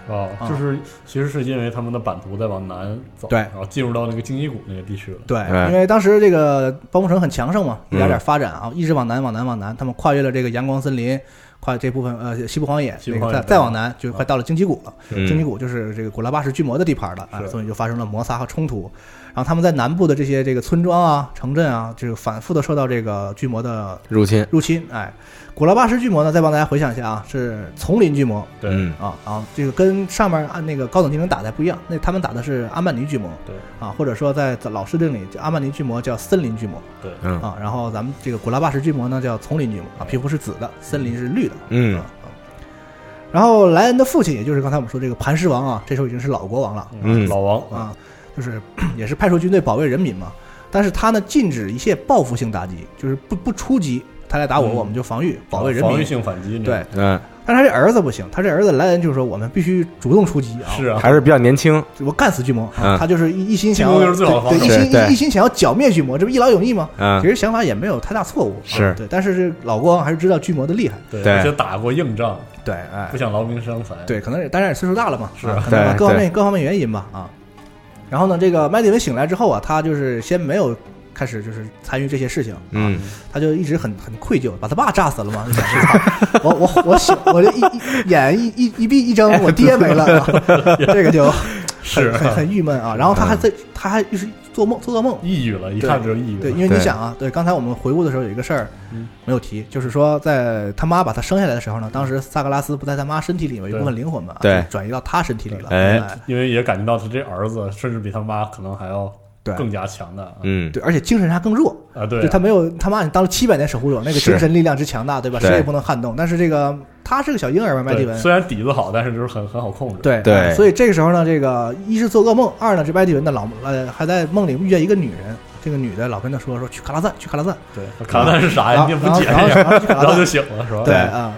S1: 哦，就是其实是因为他们的版图在往南走，
S3: 嗯对
S1: 然后进入到那个荆棘谷那个地区了，
S3: 对，
S2: 哎嗯
S3: 因为当时这个暴风城很强盛嘛，一点点发展啊，一直往南往南往南，他们跨越了这个阳光森林，跨这部分呃西部荒野，
S1: 西
S3: 那
S1: 部
S3: 个
S1: 荒野
S3: 再
S1: 对嗯
S3: 再往南就快到了荆棘谷了。
S2: 嗯
S3: 荆棘谷就是这个古拉巴什巨魔的地盘了，啊，
S1: 是
S3: 所以就发生了摩擦和冲突。然后他们在南部的这些这个村庄啊、城镇啊，就是反复的受到这个巨魔的
S2: 入侵，
S3: 入侵。哎，古拉巴什巨魔呢，再帮大家回想一下啊，是丛林巨魔
S1: 对，
S2: 嗯
S3: 啊，然后这个跟上面按那个高等精灵打的不一样，那他们打的是阿曼尼巨魔，
S1: 对
S3: 啊，或者说在老设定里，阿曼尼巨魔叫森林巨魔
S2: 嗯
S3: 啊，然后咱们这个古拉巴什巨魔呢叫丛林巨魔
S1: 嗯
S3: 啊，皮肤是紫的，森林是绿的，
S2: 嗯
S3: 啊。然后莱恩的父亲，也就是刚才我们说这个盘石王啊，这时候已经是老国王了
S2: 嗯
S1: 老王啊，
S3: 啊，就是 *clears throat* 也是派出军队保卫人民嘛。但是他呢，禁止一切报复性打击，就是不不出击，他来打我，
S1: 嗯
S3: 我们就防御，保卫人
S1: 防御
S3: 民。
S1: 性反击，你知道
S3: 对
S1: 吗，，
S2: 嗯，
S3: 但是他这儿子不行，他这儿子莱恩就是说，我们必须主动出击啊！
S1: 是，啊，
S2: 还是比较年轻，
S3: 我干死巨魔啊！
S2: 嗯
S3: 他就是一一心想要
S1: 进攻就是最好的
S3: 对，
S1: 方
S3: 对
S2: 式
S3: 一
S2: 对
S3: 心一一心想要剿灭巨魔，这不一劳永逸吗？
S2: 嗯
S3: 其实想法也没有太大错误，啊
S2: 是
S3: 对。但是这老国王还是知道巨魔的厉害，
S1: 对，
S2: 对
S1: 而且打过硬仗，
S3: 对，哎
S1: 不，想劳民伤财，
S3: 对，可能也当然也岁数大了嘛，
S1: 是
S3: 啊可能吧
S2: 对
S3: 各方面各方面原因吧啊。然后呢，这个麦迪文醒来之后啊，他就是先没有开始就是参与这些事情，
S2: 嗯
S3: 他就一直很很愧疚，把他爸炸死了嘛，就想说
S2: *laughs*
S3: 我我我醒，我这一一眼一一一闭一睁，
S2: 哎
S3: 我爹没
S2: *laughs*
S3: 了，啊这个就很
S1: 是啊
S3: 很 *laughs* 很郁闷
S2: 嗯
S3: 啊。然后他还在他还就是做梦做噩梦，
S1: 抑郁了，一看就是抑郁了，
S3: 对，因为你
S2: 对
S3: 想啊，对，刚才我们回顾的时候有一个事儿
S1: 嗯
S3: 没有提，就是说在他妈把他生下来的时候呢，当时萨格拉斯不在他妈身体里有一部分灵魂嘛，
S2: 对
S3: 就转移到他身体里了，
S2: 哎
S1: 因为也感觉到他这儿子甚至比他妈可能还要
S3: 对
S1: 更加强大啊
S2: 嗯，
S3: 对，而且精神上更弱，
S1: 啊，
S3: 就
S1: 对
S3: 他没有他妈你当了七百年守护者，那个
S2: 是
S3: 精神力量之强大，对吧？
S2: 对
S3: 谁也不能撼动。但是这个他是个小婴儿嘛，麦迪
S1: 对，
S3: 文，
S1: 虽然底子好，但是就是很很好控制，
S3: 对
S2: 对
S3: 哎所以这个时候呢，这个一是做噩梦，二呢，这麦迪文的老呃还在梦里遇见一个女人，这个女的老跟他说说去卡拉赞，去卡拉赞，
S1: 对，卡丹是啥呀？
S3: 啊
S1: 你也不
S3: 然后
S1: 解释
S3: 然后
S1: 一下，
S3: 然后去卡拉
S1: 然后
S3: 赞
S1: 就，醒了，是吧？
S3: 对啊。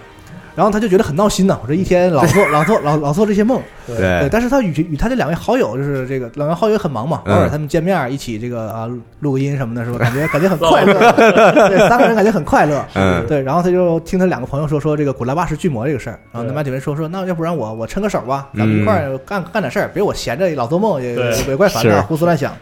S3: 然后他就觉得很闹心呐，我这一天老
S2: *laughs*
S3: 做老做老老做这些梦，对，
S2: 对，
S3: 但是他与与他这两位好友，就是这个两位好友很忙嘛，偶
S2: 嗯
S3: 尔他们见面一起这个啊录个音什么的，是吧？感觉感
S2: *laughs*
S3: 觉很快乐，对，三个人感觉很快乐。
S2: 嗯
S3: 对，然后他就听他两个朋友说说这个古拉巴是巨魔这个事儿，然后
S1: 对
S3: 那马景文说说那要不然我我抻个手吧，咱
S2: 嗯
S3: 们一块儿干、干点事儿，别我闲着老做梦也
S1: 对
S3: 也也怪烦的，
S2: 是
S3: 胡思乱想。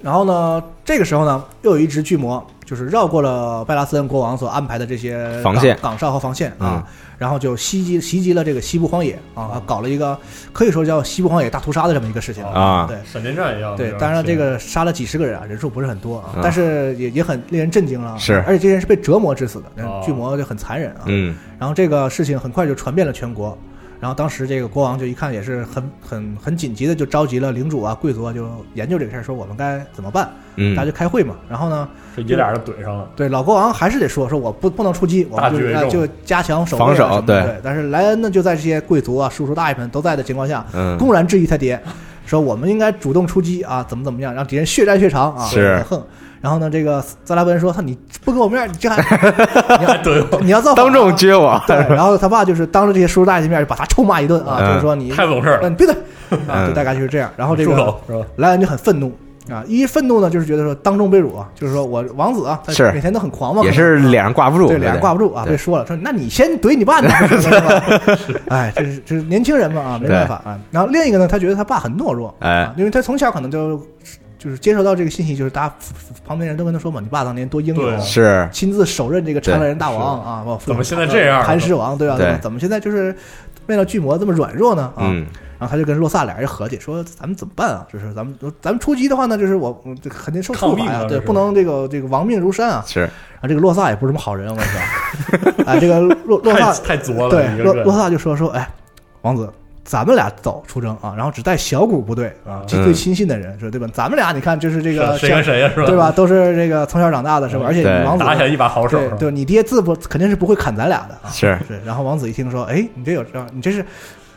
S3: 然后呢，这个时候呢，又有一只巨魔，就是绕过了拜拉斯恩国王所安排的这些
S2: 防
S3: 岗
S2: 线
S3: 岗哨和防线
S2: 嗯
S3: 啊，然后就袭击袭击了这个西部荒野啊，搞了一个可以说叫西部荒野大屠杀的这么一个事情
S1: 啊
S2: 啊，
S3: 对
S1: 闪电战一样，
S3: 对，
S1: 是吧
S3: 当然这个杀了几十个人啊，人数不是很多啊
S2: 啊，
S3: 但是也也很令人震惊了啊。
S2: 是
S3: 而且这些人是被折磨致死的
S1: 哦，
S3: 巨魔就很残忍啊。
S2: 嗯
S3: 然后这个事情很快就传遍了全国，然后当时这个国王就一看也是很很很紧急的，就召集了领主啊、贵族啊，就研究这个事儿，说我们该怎么办，
S2: 嗯，
S3: 大家就开会嘛。然后呢，
S1: 这爷俩就怼上了， *laughs*
S3: 对老国王还是得说，说我不不能出击，我
S1: 大
S3: 们
S1: 局
S3: 就
S1: 为
S3: 哎
S1: 重
S3: 就加强守卫啊
S2: 防守
S3: 什么的
S2: 对
S3: 对。但是莱恩呢，就在这些贵族啊、叔叔大爷们都在的情况下，
S2: 嗯
S3: 公然质疑他爹，说我们应该主动出击啊，怎么怎么样，让敌人血债血偿啊，
S2: 是
S3: 很横。然后呢，这个萨拉文说：“他你不给我面儿，你这还
S2: *laughs*
S3: 你
S1: 还
S3: 要
S1: 怼我，
S3: 你要造反啊
S2: 当众撅我，
S3: 对，然后他爸就是当着这些叔叔大爷的面就把他臭骂一顿啊，
S2: 嗯
S3: 就是说你
S1: 太不懂事儿
S3: 那
S1: 了，
S3: 你闭嘴啊，
S2: 嗯
S3: 就大概就是这样。然后这
S1: 住
S3: 个
S1: 口是吧？
S3: 莱恩就很愤怒啊，一愤怒呢就是觉得说当众被辱啊，就是说我王子啊，他
S2: 是
S3: 每天都很狂嘛，
S2: 也
S3: 可能
S2: 是脸上挂不住，
S3: 对，脸上挂不住啊，
S2: 对
S3: 被说了，说那你先怼你爸你再说，是
S2: *laughs*
S3: 吧哎，这是这是年轻人嘛啊，没办法啊。然后另一个呢，他觉得他爸很懦弱，
S2: 哎
S3: 啊，因为他从小可能就就是接受到这个信息，就是大家旁边人都跟他说嘛，你爸当年多英勇
S1: 对
S3: 啊，
S2: 是，
S3: 亲自手刃这个
S2: 对
S3: 长安人大王啊，我
S1: 怎么现在这样
S3: 磐石王对吧、
S2: 对
S3: 怎么怎么现在就是面到巨魔这么软弱呢啊？
S2: 嗯
S3: 然后他就跟洛萨俩人合计说，咱们怎么办啊？就是咱们咱们出击的话呢，就是我我这肯定受处罚
S1: 抗命
S3: 呀、
S1: 啊
S3: 对，
S1: 这是
S3: 不能这个这个亡命如山啊。
S2: 是，
S3: 啊，这个洛萨也不是什么好人，我跟你说，哎，这个
S1: *laughs*
S3: 洛洛
S1: 太
S3: 萨
S1: 太作了，
S3: 对
S1: 一
S3: 洛
S1: 个
S3: 洛
S1: 个
S3: 萨就说说，哎，王子，咱们俩走出征啊，然后只带小股部队啊，
S2: 嗯
S3: 最亲信的人是对吧？咱们俩你看就是这个
S1: 谁跟谁呀，啊是吧？
S3: 对吧？？都是这个从小长大的是吧？
S1: 嗯
S3: 而且
S2: 对
S3: 你王子
S1: 打起来一把好手，
S3: 对
S1: 是吧
S3: 对，你爹自不肯定是不会砍咱俩的啊。
S2: 是
S3: 是，然后王子一听说，哎，你这有招，你这是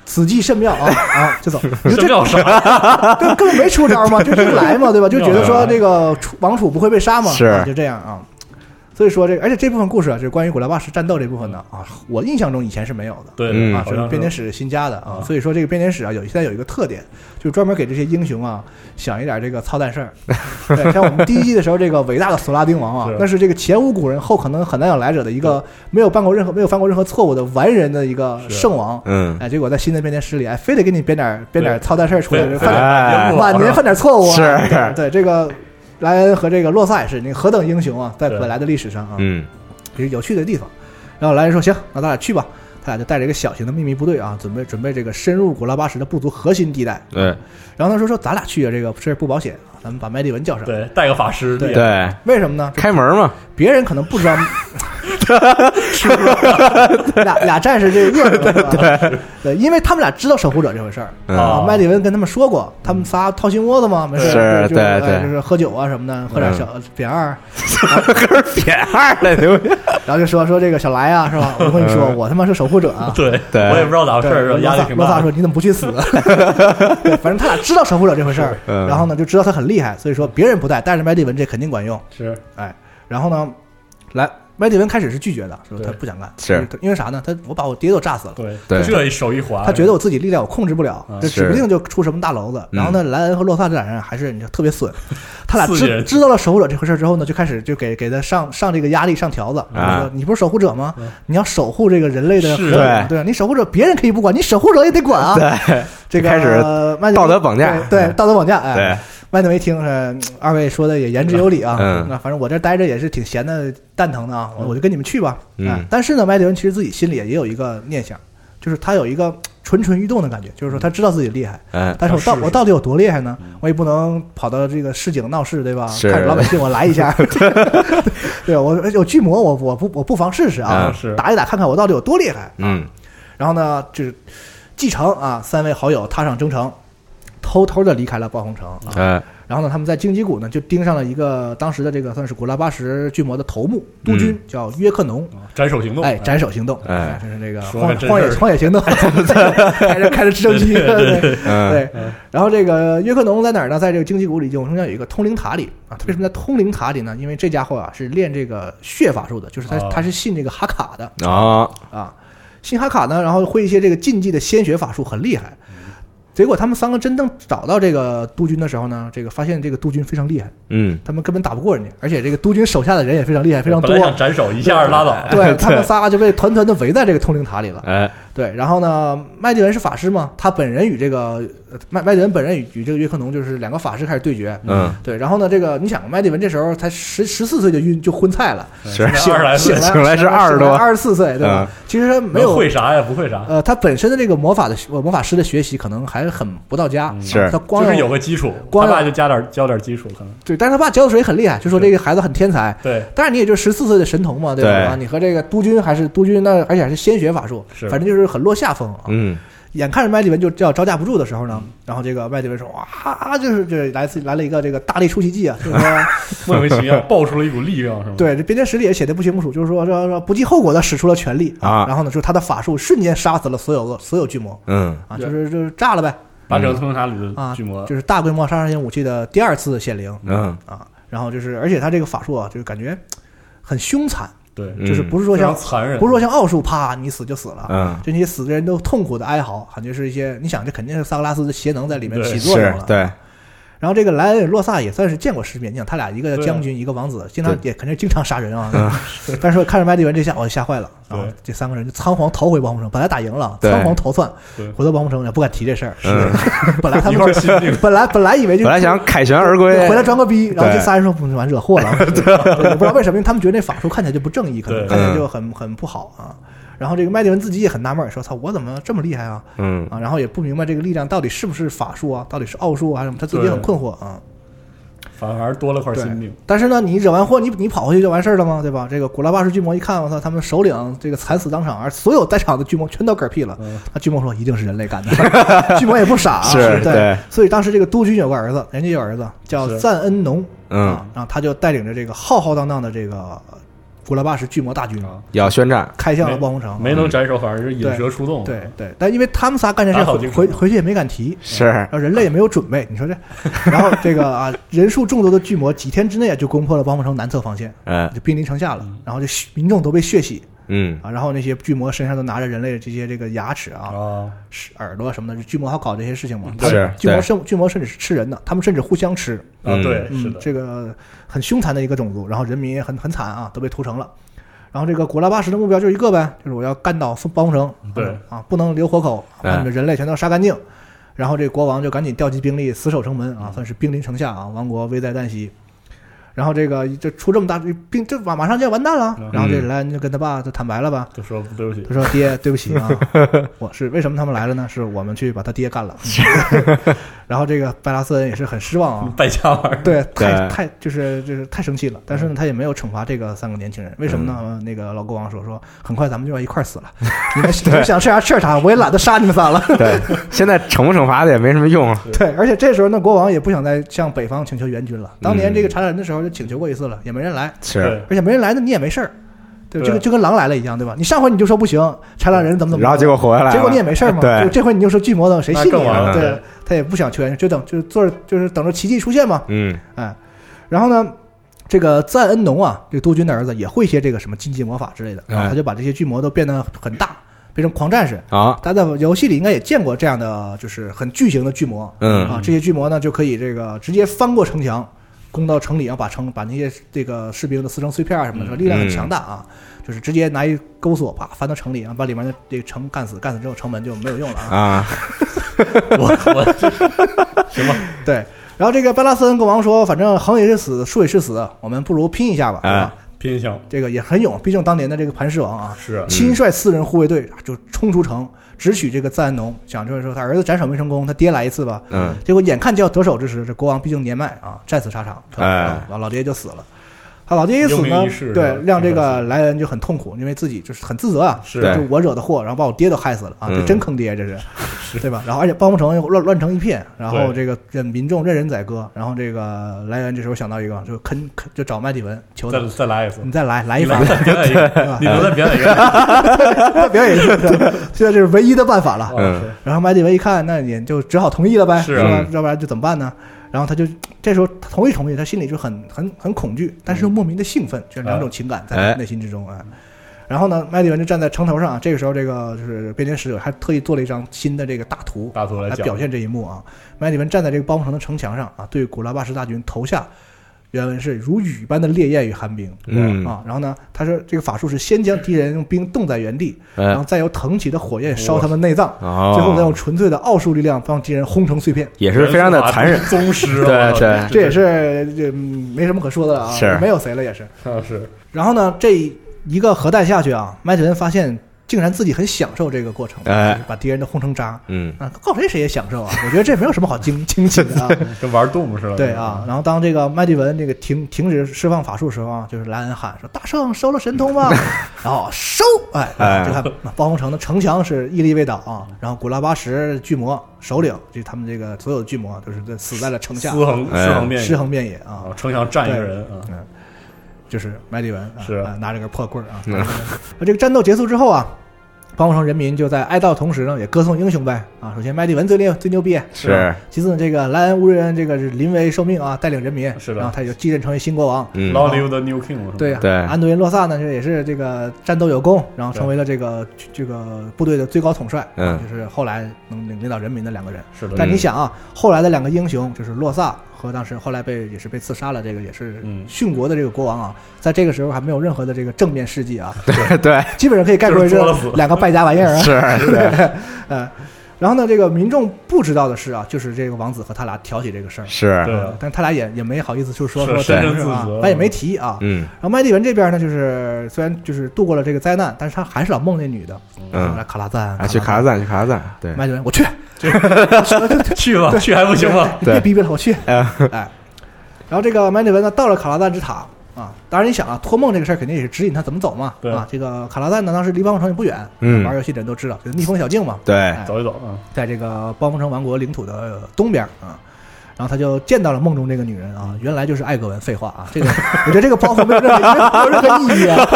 S3: 此计甚妙啊啊，
S2: *laughs*
S3: 就走。你说
S1: 这
S3: 这
S1: 叫啥？
S3: *laughs* 根根本没出招嘛，就硬来嘛，对吧？就觉得说这个楚王储不会被杀嘛，
S2: 是
S3: 啊就这样啊。所以说这个，而且这部分故事啊，就是关于古拉巴什战斗这部分呢啊，我印象中以前是没有的。
S1: 对
S2: 嗯
S3: 啊，
S1: 好
S3: 是
S1: 像
S3: 编年
S1: 是
S3: 史新加的啊
S1: 啊，
S3: 所以说这个编年史啊，有现在有一个特点，就是专门给这些英雄啊想一点这个操蛋
S1: *laughs*
S3: 事儿。对，像我们第一季的时候，这个伟大的索拉丁王啊
S1: 是，
S3: 那是这个前无古人后可能很难有来者的一个没有犯过任何没有犯过任何错误的完人的一个
S1: 是
S3: 圣王。
S2: 嗯
S3: 哎，结果在新的编年史里，哎，非得给你编点编点
S1: 对
S3: 操蛋事儿出来，
S1: 对
S3: 犯点
S2: 哎
S1: 对
S3: 晚年犯点错误啊。
S2: 是
S3: 对对这个莱恩和这个洛萨也是，那何等英雄啊，在
S1: 对
S3: 本来的历史上啊，
S2: 嗯
S3: 有趣的地方。然后莱恩说：“行，那咱俩去吧。”他俩就带着一个小型的秘密部队啊，准备准备这个深入古拉巴什的部族核心地带。
S2: 对
S3: 然后他说说咱俩去啊，这个这不保险啊，咱们把麦迪文叫上。
S1: 对，带个法师，
S3: 对
S2: 对，
S3: 为什么呢？
S2: 开门嘛，
S3: 别人可能不知道，啊俩俩战士这个热对对对，因为他们俩知道守护者这回事儿
S2: 嗯
S3: 啊。
S1: 啊
S3: 麦迪文跟他们说过，他们仨掏心窝子嘛，没事儿，
S2: 是
S3: 就是哎
S2: 对对
S3: 就是喝酒啊什么的，喝点
S1: 嗯
S3: 小扁二，
S2: 跟人撇二了，对不对？
S3: 然后就说说这个小莱啊，
S1: *laughs*
S3: 是吧？我跟你说，
S2: 嗯
S3: 我他妈是守护者啊。
S1: 对，
S2: 对
S1: 我也不知道咋回事儿，
S3: 对
S1: 是吧
S3: 罗
S1: 压力
S3: 萨
S1: 挺
S3: 罗萨
S1: 大
S3: 说：“
S1: 的。
S3: 你怎么不去死？” *laughs* 对，反正他俩知道守护者这回
S1: *laughs*
S3: 事儿，
S2: 嗯
S3: 然后呢就知道他很厉害，所以说别人不带，但是麦迪文这肯定管用。
S1: 是，
S3: 哎，然后呢，来麦迪文开始是拒绝的，说他
S1: 对
S3: 不想干，
S2: 是
S3: 因为啥呢？他我把我爹都炸死了，
S1: 对，
S2: 对
S1: 这一手一滑，
S3: 他觉得我自己力量我控制不了
S1: 啊，
S3: 这
S2: 是嗯
S3: 指不定就出什么大娄子。然后呢，莱恩和洛萨这俩人还是你知道特别损，他俩
S1: 四个
S3: 知
S1: 人
S3: 知道了守护者这回事之后呢，就开始就给给他上上这个压力上条子，
S2: 啊
S3: 说你不是守护者吗
S1: 嗯？
S3: 你要守护这个人类的
S1: 是
S3: 合理对，你守护者别人可以不管，你守护者也得管啊。
S2: 对
S3: 这个
S2: 开始
S3: 呃麦迪
S2: 道德绑架
S3: 对对道德绑架，哎，
S2: *laughs* 对，
S3: 麦德维听着，二位说的也言之有理啊。
S2: 嗯
S3: 那反正我这待着也是挺闲的蛋疼的啊，我
S1: 嗯
S3: 我就跟你们去吧。
S2: 嗯
S3: 哎但是呢，麦德文其实自己心里也有一个念想，就是他有一个蠢蠢欲动的感觉，就是说他知道自己厉害，
S2: 嗯，
S3: 但是我到
S1: 是是
S3: 我到底有多厉害呢？我也不能跑到这个市井闹市，对吧？
S2: 是
S3: 看着老百姓我来
S2: *laughs*
S3: 一下，对我有巨魔，我我不我不妨试试啊
S2: 嗯，
S1: 是
S3: 打一打看看我到底有多厉害。
S2: 嗯，
S3: 然后呢，就是继承啊，三位好友踏上征程，偷偷的离开了暴风城啊。
S2: 哎，
S3: 然后呢，他们在荆棘谷呢就盯上了一个当时的这个算是古拉巴什巨魔的头目督军，叫约克农。
S1: 斩首行动，
S3: 嗯哎，斩首行动，
S2: 哎
S3: 哎，就是那个
S1: 说
S3: 荒
S1: 还真
S3: 荒野
S1: 是
S3: 荒野行 *laughs* 动，开着开着直升机，对对
S2: 嗯，
S1: 嗯
S3: 然后这个约克农在哪儿呢？在这个荆棘谷里，永生有一个通灵塔里啊。他为什么在通灵塔里呢？因为这家伙啊是练这个血法术的，就是他
S1: 哦
S3: 他是信这个哈卡的
S2: 啊，
S3: 啊，信哈卡呢，然后会一些这个禁忌的仙学法术，很厉害。结果他们三个真正找到这个督军的时候呢，这个发现这个督军非常厉害。
S2: 嗯，
S3: 他们根本打不过人家，而且这个督军手下的人也非常厉害，非常多
S1: 本。来想斩首一下拉倒，
S3: *laughs*
S1: *laughs*
S3: 对
S2: 对
S3: 他们仨就被团团的围在这个通灵塔里了。
S2: 哎，
S3: 对，然后呢，麦迪文是法师嘛，他本人与这个呃麦麦迪文本人与与这个约克农就是两个法师开始对决。
S2: 嗯，
S3: 对，然后呢，这个你想，麦迪文这时候才十十四岁就晕就昏菜了，
S2: 是
S1: 现在二十来
S3: 醒
S1: 岁
S3: 嗯了，
S2: 醒来是二十多
S3: 二十四岁，对吧？其实他没有
S1: 能会啥呀？不会啥，
S3: 呃，他本身的这个魔法的学呃魔法师的学习可能还很不到家，
S2: 是
S3: 他光
S1: 嗯就是有个基础，
S3: 光
S1: 他
S3: 有
S1: 爸就加点教点基础，可能
S3: 对，但是他爸教的水很厉害，就说这个孩子很天才， *laughs*
S1: 对，
S3: 当然你也就十四岁的神童嘛，对吧？
S2: 对
S3: 你和这个督军还是督军，那而且还是仙学法术，
S1: 是
S3: 反正就是很落下风啊。
S2: 嗯，
S3: 眼看着麦迪文就要招架不住的时候呢，然后这个麦迪文说：“哇，就是这来自来了一个这个大力出奇迹啊！”就是说，
S1: 莫名其妙爆出了一股力量，是吗？，
S3: 对这编年史里也写的不清不楚，就是说说说不计后果的使出了全力
S2: 啊
S3: 然后呢，就是他的法术瞬间杀死了所有恶所有巨魔
S2: 嗯，
S3: 啊，
S1: 对
S3: 就是就是炸了呗
S1: 把整个通灵塔里
S3: 啊
S1: 的巨魔，
S3: 就是大规模杀伤性武器的第二次显灵
S2: 嗯，
S3: 啊。然后就是，而且他这个法术啊，就是感觉很凶残，
S1: 对，
S2: 嗯
S3: 就是不是说
S1: 非
S3: 像
S1: 常残忍，
S3: *laughs* 不是说像奥数，啪，你死就死了，
S2: 嗯，
S3: 就那些死的人都痛苦的哀嚎，感觉是一些，你想这肯定是萨格拉斯的邪能在里面
S1: 对
S3: 起作用
S2: 是
S3: 了。
S2: 对，
S3: 然后这个莱恩与洛萨也算是见过世面，你想他俩一个
S1: 对啊
S3: 将军，一个王子，经常也肯定经常
S1: *laughs*
S3: 杀人啊。但是我看着麦迪文这下，我吓坏了啊
S1: 对！
S3: 这三个人就仓皇逃回王红城，本来打赢了，
S2: 对
S3: 仓皇逃窜
S1: 对，
S3: 回到王红城也不敢提这事儿。
S2: 嗯，
S3: *laughs* 本来他
S1: 一
S3: 们
S1: 块心病，
S3: 本来本来以为就
S2: 本来想凯旋而归，
S3: 回来装个逼，然后这
S2: 对
S3: 仨人说不完惹祸了，对也不知道为什么，因为他们觉得那法术看起来就不正义，可能
S1: 对
S3: 看起来就很很不好啊。然后这个麦迪文自己也很纳闷儿，说：“操，我怎么这么厉害啊？
S2: 嗯，
S3: 啊，然后也不明白这个力量到底是不是法术啊，到底是奥术啊还是什么，他自己也很
S1: 对
S3: 困惑啊。
S1: 反而多了块
S3: 对
S1: 心病，，
S3: 但是呢，你惹完祸，你你跑回去就完事儿了吗？对吧？这个古拉巴什巨魔一看，我操，他们首领这个惨死当场，而所有在场的巨魔全都嗝屁了。
S1: 嗯
S3: 那巨魔说：一定是人类干的。 *laughs* 巨魔也不傻、啊，
S2: 是
S3: 对
S2: 对。
S3: 所以当时这个督军有个儿子，人家有儿子叫
S1: 是
S3: 赞恩农，
S2: 嗯
S3: 啊，然后他就带领着这个浩浩荡荡的这个古拉巴什巨魔大军，
S1: 啊
S2: 要宣战，
S3: 开向了暴风城。
S1: 没能斩首，反而是引蛇出洞，
S3: 对对，但因为他们仨干这事
S1: 打草
S3: 回
S1: 惊蛇
S3: 回回去也没敢提，
S2: 是
S3: 然，后人类也没有准备，你说这，然后这个啊，人数众多的巨魔几天之内啊也就攻破了暴风城南侧防线，
S2: 嗯
S3: 就兵临城下了，然后就血民众都被血洗
S2: 嗯，
S3: 啊，然后那些巨魔身上都拿着人类的这些这个牙齿啊、
S1: 啊，
S3: 是耳朵什么的，巨魔还搞这些事情嘛？
S1: 对
S2: 是
S3: 巨魔
S2: 对，
S3: 甚巨魔甚至是吃人的，他们甚至互相吃，
S1: 啊，
S2: 嗯
S1: 对，是
S3: 嗯，
S1: 的，
S3: 这个很凶残的一个种族，然后人民也很很惨啊，都被屠城了。然后这个古拉巴什的目标就是一个呗，就是我要干倒暴风城，
S1: 对
S3: 啊，不能留活口，啊把你们人类全都杀干净。
S1: 嗯
S3: 然后这国王就赶紧调集兵力，死守城门啊，算是兵临城下啊，亡国危在旦夕。然后这个这出这么大病，这马马上就要完蛋了
S1: 嗯。
S3: 然后这莱恩就跟他爸就坦白了吧，
S1: 就说对不起，
S3: 他说：“
S1: *laughs*
S3: 爹，对不起啊，我是为什么他们来了呢？是我们去把他爹干了。
S1: *laughs*
S3: *laughs* 然后这个拜拉斯恩也是很失望啊，
S1: 败家玩意儿，
S3: 对，太
S2: 对
S3: 太就是就是太生气了。但是呢，他也没有惩罚这个三个年轻人，为什么呢？那个老国王说说，很快咱们就要一块儿死了，你们你们想吃啥吃点啥，我也懒得杀你们仨了。
S2: 对，
S3: *laughs*
S2: 现在惩不惩罚的也没什么用了。
S3: 对，而且这时候呢，国王也不想再向北方请求援军了。当年
S2: 嗯
S3: 这个查理人的时候就请求过一次了，也没人来，
S2: 是，
S3: 而且没人来呢，你也没事儿。对，
S1: 对
S3: 这个就跟狼来了一样，对吧？你上回你就说不行，豺狼人怎么怎么，
S2: 然后结果活下来了，
S3: 结果你也没事儿
S2: *laughs*
S3: 嘛。
S2: 对
S3: 就这回你就说巨魔等谁
S1: 那
S3: 信你
S1: 更完
S3: 啊？
S1: 了
S3: 对
S1: 对，
S3: 他也不想求援，就等就是坐着就是等着奇迹出现嘛。
S2: 嗯
S3: 哎，然后呢，这个赞恩农啊，这个督军的儿子也会一些这个什么禁忌魔法之类的，
S2: 哎
S3: 然后他就把这些巨魔都变得很大，变成狂战士。
S2: 啊，
S3: 大家在游戏里应该也见过这样的，就是很巨型的巨魔
S2: 嗯
S3: 啊，这些巨魔呢就可以这个直接翻过城墙，攻到城里，啊然后把城把那些这个士兵的撕成碎片啊什么
S2: 嗯
S3: 的，力量很强大啊。就是直接拿一钩索，啪翻到城里，然后把里面的这个城干死，干死之后城门就没有用了啊。
S2: 啊，
S1: 我我行吧，
S3: 对，然后这个巴拉斯恩国王说，反正横也是死，竖也是死，我们不如拼一下
S2: 哎
S3: 吧，对吧？
S1: 拼一枪
S3: 这个也很勇，毕竟当年的这个磐石王啊，
S1: 是啊
S3: 亲率四人护卫队啊就冲出城，直取这个赞安农。想就是说他儿子斩首没成功，他爹来一次吧。
S2: 嗯，
S3: 结果眼看就要得手之时，这国王毕竟年迈啊，战死沙场，啊
S2: 哎
S3: 老老爹就死了。他老爹一死
S1: 英
S3: 呢
S1: 明一世，
S3: 对
S1: 是吧，
S3: 让这个莱恩就很痛苦，因为自己就是很自责啊，
S1: 是
S3: 就我惹的祸，然后把我爹都害死了啊，
S2: 嗯
S3: 这真坑爹，这是，对吧？然后而且帮不成又乱乱成一片，然后
S1: 对
S3: 这个这民众任人宰割，然后这个莱恩这时候想到一个，就啃啃就找麦迪文求他
S1: 再，再来一次
S3: 你，再来来一
S1: 你
S3: 发
S1: 来，再表演一
S3: 对吧
S1: 个，你能再表演一个，
S3: 再 *laughs* 表演一
S1: *laughs*
S3: 次，现在这是唯一的办法了。
S1: 哦
S2: 嗯
S3: 然后麦迪文一看，那也就只好同意了呗，
S1: 是啊
S3: 是吧
S2: 嗯？
S3: 要不然就怎么办呢？然后他就这时候他同意同意，他心里就很很很恐惧，但是又莫名的兴
S1: 嗯
S3: 奋，就是两种情感
S2: 哎
S3: 在内心之中啊。然后呢，麦迪文就站在城头上啊，这个时候这个就是编年使者还特意做了一张新的这个大图
S1: 大头来
S3: 来
S1: 讲
S3: 表现这一幕啊。麦迪文站在这个包姆城的城墙上啊，对古拉巴什大军投下，原文是如雨般的烈焰与寒冰。
S2: 嗯，
S3: 啊，然后呢，他说这个法术是先将敌人用冰冻在原地，然后
S2: 嗯，
S3: 再由腾起的火焰烧他们内脏，
S2: 哦，
S3: 最后再用纯粹的奥术力量帮敌人轰成碎片。
S2: 也是非常的残忍，
S1: 宗师，啊
S2: 对
S1: 我操
S2: 对
S3: 这也是这没什么可说的了啊，
S2: 是
S3: 没有谁了也是。
S1: 啊是
S3: 然后呢，这一个核弹下去啊，麦迪文发现竟然自己很享受这个过程，
S2: 哎
S3: 就是把敌人都轰成渣。
S2: 嗯
S3: 啊，告谁谁也享受啊！我觉得这没有什么好惊惊喜的啊。
S1: 跟玩 Doom 似的，
S3: 对啊，然后当这个麦迪文这个停停止释放法术时候啊，就是莱恩喊说：“大圣收了神
S1: *laughs*
S3: 通吧！”然后收，哎，
S2: 哎
S3: 就看暴风城的城墙是屹立未倒啊。然后古拉巴什巨魔首领，就他们这个所有的巨魔，就是在死在了城下，
S1: 尸横
S2: 哎
S1: 尸横遍野
S3: 尸横遍野
S1: 啊，，
S3: 啊
S1: 城墙站一个人啊，
S3: 嗯，就是麦迪文啊
S1: 是
S3: 啊拿着根破棍儿啊。
S2: 嗯
S3: 这个战斗结束之后啊。暴风城人民就在哀悼同时呢，也歌颂英雄呗啊！首先，麦迪文最牛最牛逼，
S2: 是，
S3: 其次呢，这个莱恩乌瑞恩这个是临危受命啊，带领人民，
S1: 是的
S3: 然后他也就继任成为新国王。
S2: 嗯
S1: Long live the new king，是吧
S3: 对呀、啊
S2: 对
S3: 安德云洛萨呢，这也是这个战斗有功，然后成为了这个这个部队的最高统帅，
S2: 嗯
S3: *laughs* 就是后来能领领导人民的两个人。
S1: 是的，
S3: 但你
S2: 嗯
S3: 想啊，后来的两个英雄就是洛萨和当时后来被也是被刺杀了，这个也是
S1: 嗯
S3: 殉国的这个国王啊，在这个时候还没有任何的这个正面事迹啊，
S2: 对对
S3: 基本上可以概括为
S1: 就是作
S3: 这
S1: 死
S3: 两个败家玩意儿啊。
S2: 是，对
S3: *laughs* 呃，然后呢，这个民众不知道的是啊，就是这个王子和他俩挑起这个事儿，呃
S2: 是，
S1: 对
S3: 但他俩也也没好意思，就是说
S1: 是
S3: 说
S1: 深
S3: 这
S1: 深
S3: 个事儿啊
S1: 自责
S3: 咱也没提啊。
S2: 嗯
S3: 然后麦迪文这边呢，就是虽然就是度过了这个灾难，但是他还是老梦那女的，
S2: 嗯
S3: 来卡拉赞
S2: 啊，去卡拉赞，去卡拉赞，对，
S3: 麦迪文，我去，
S1: 去吧，去还不行吗？
S3: 哎你别
S2: 对
S3: 逼逼了，我去，
S2: 啊，
S3: 哎。然后这个麦迪文呢，到了卡拉赞之塔啊，当然你想啊，托梦这个事儿肯定也是指引他怎么走嘛，
S1: 对
S3: 啊，这个卡拉赞呢，当时离暴风城也不远，
S2: 嗯
S3: 玩游戏的人都知道，就是逆风小径嘛，
S2: 对，
S3: 哎
S1: 走一走啊，
S3: 在这个暴风城王国领土的东边啊。然后他就见到了梦中这个女人啊，原来就是艾格文。废话啊，这个我觉得这个包袱没有任何没有任何意义啊。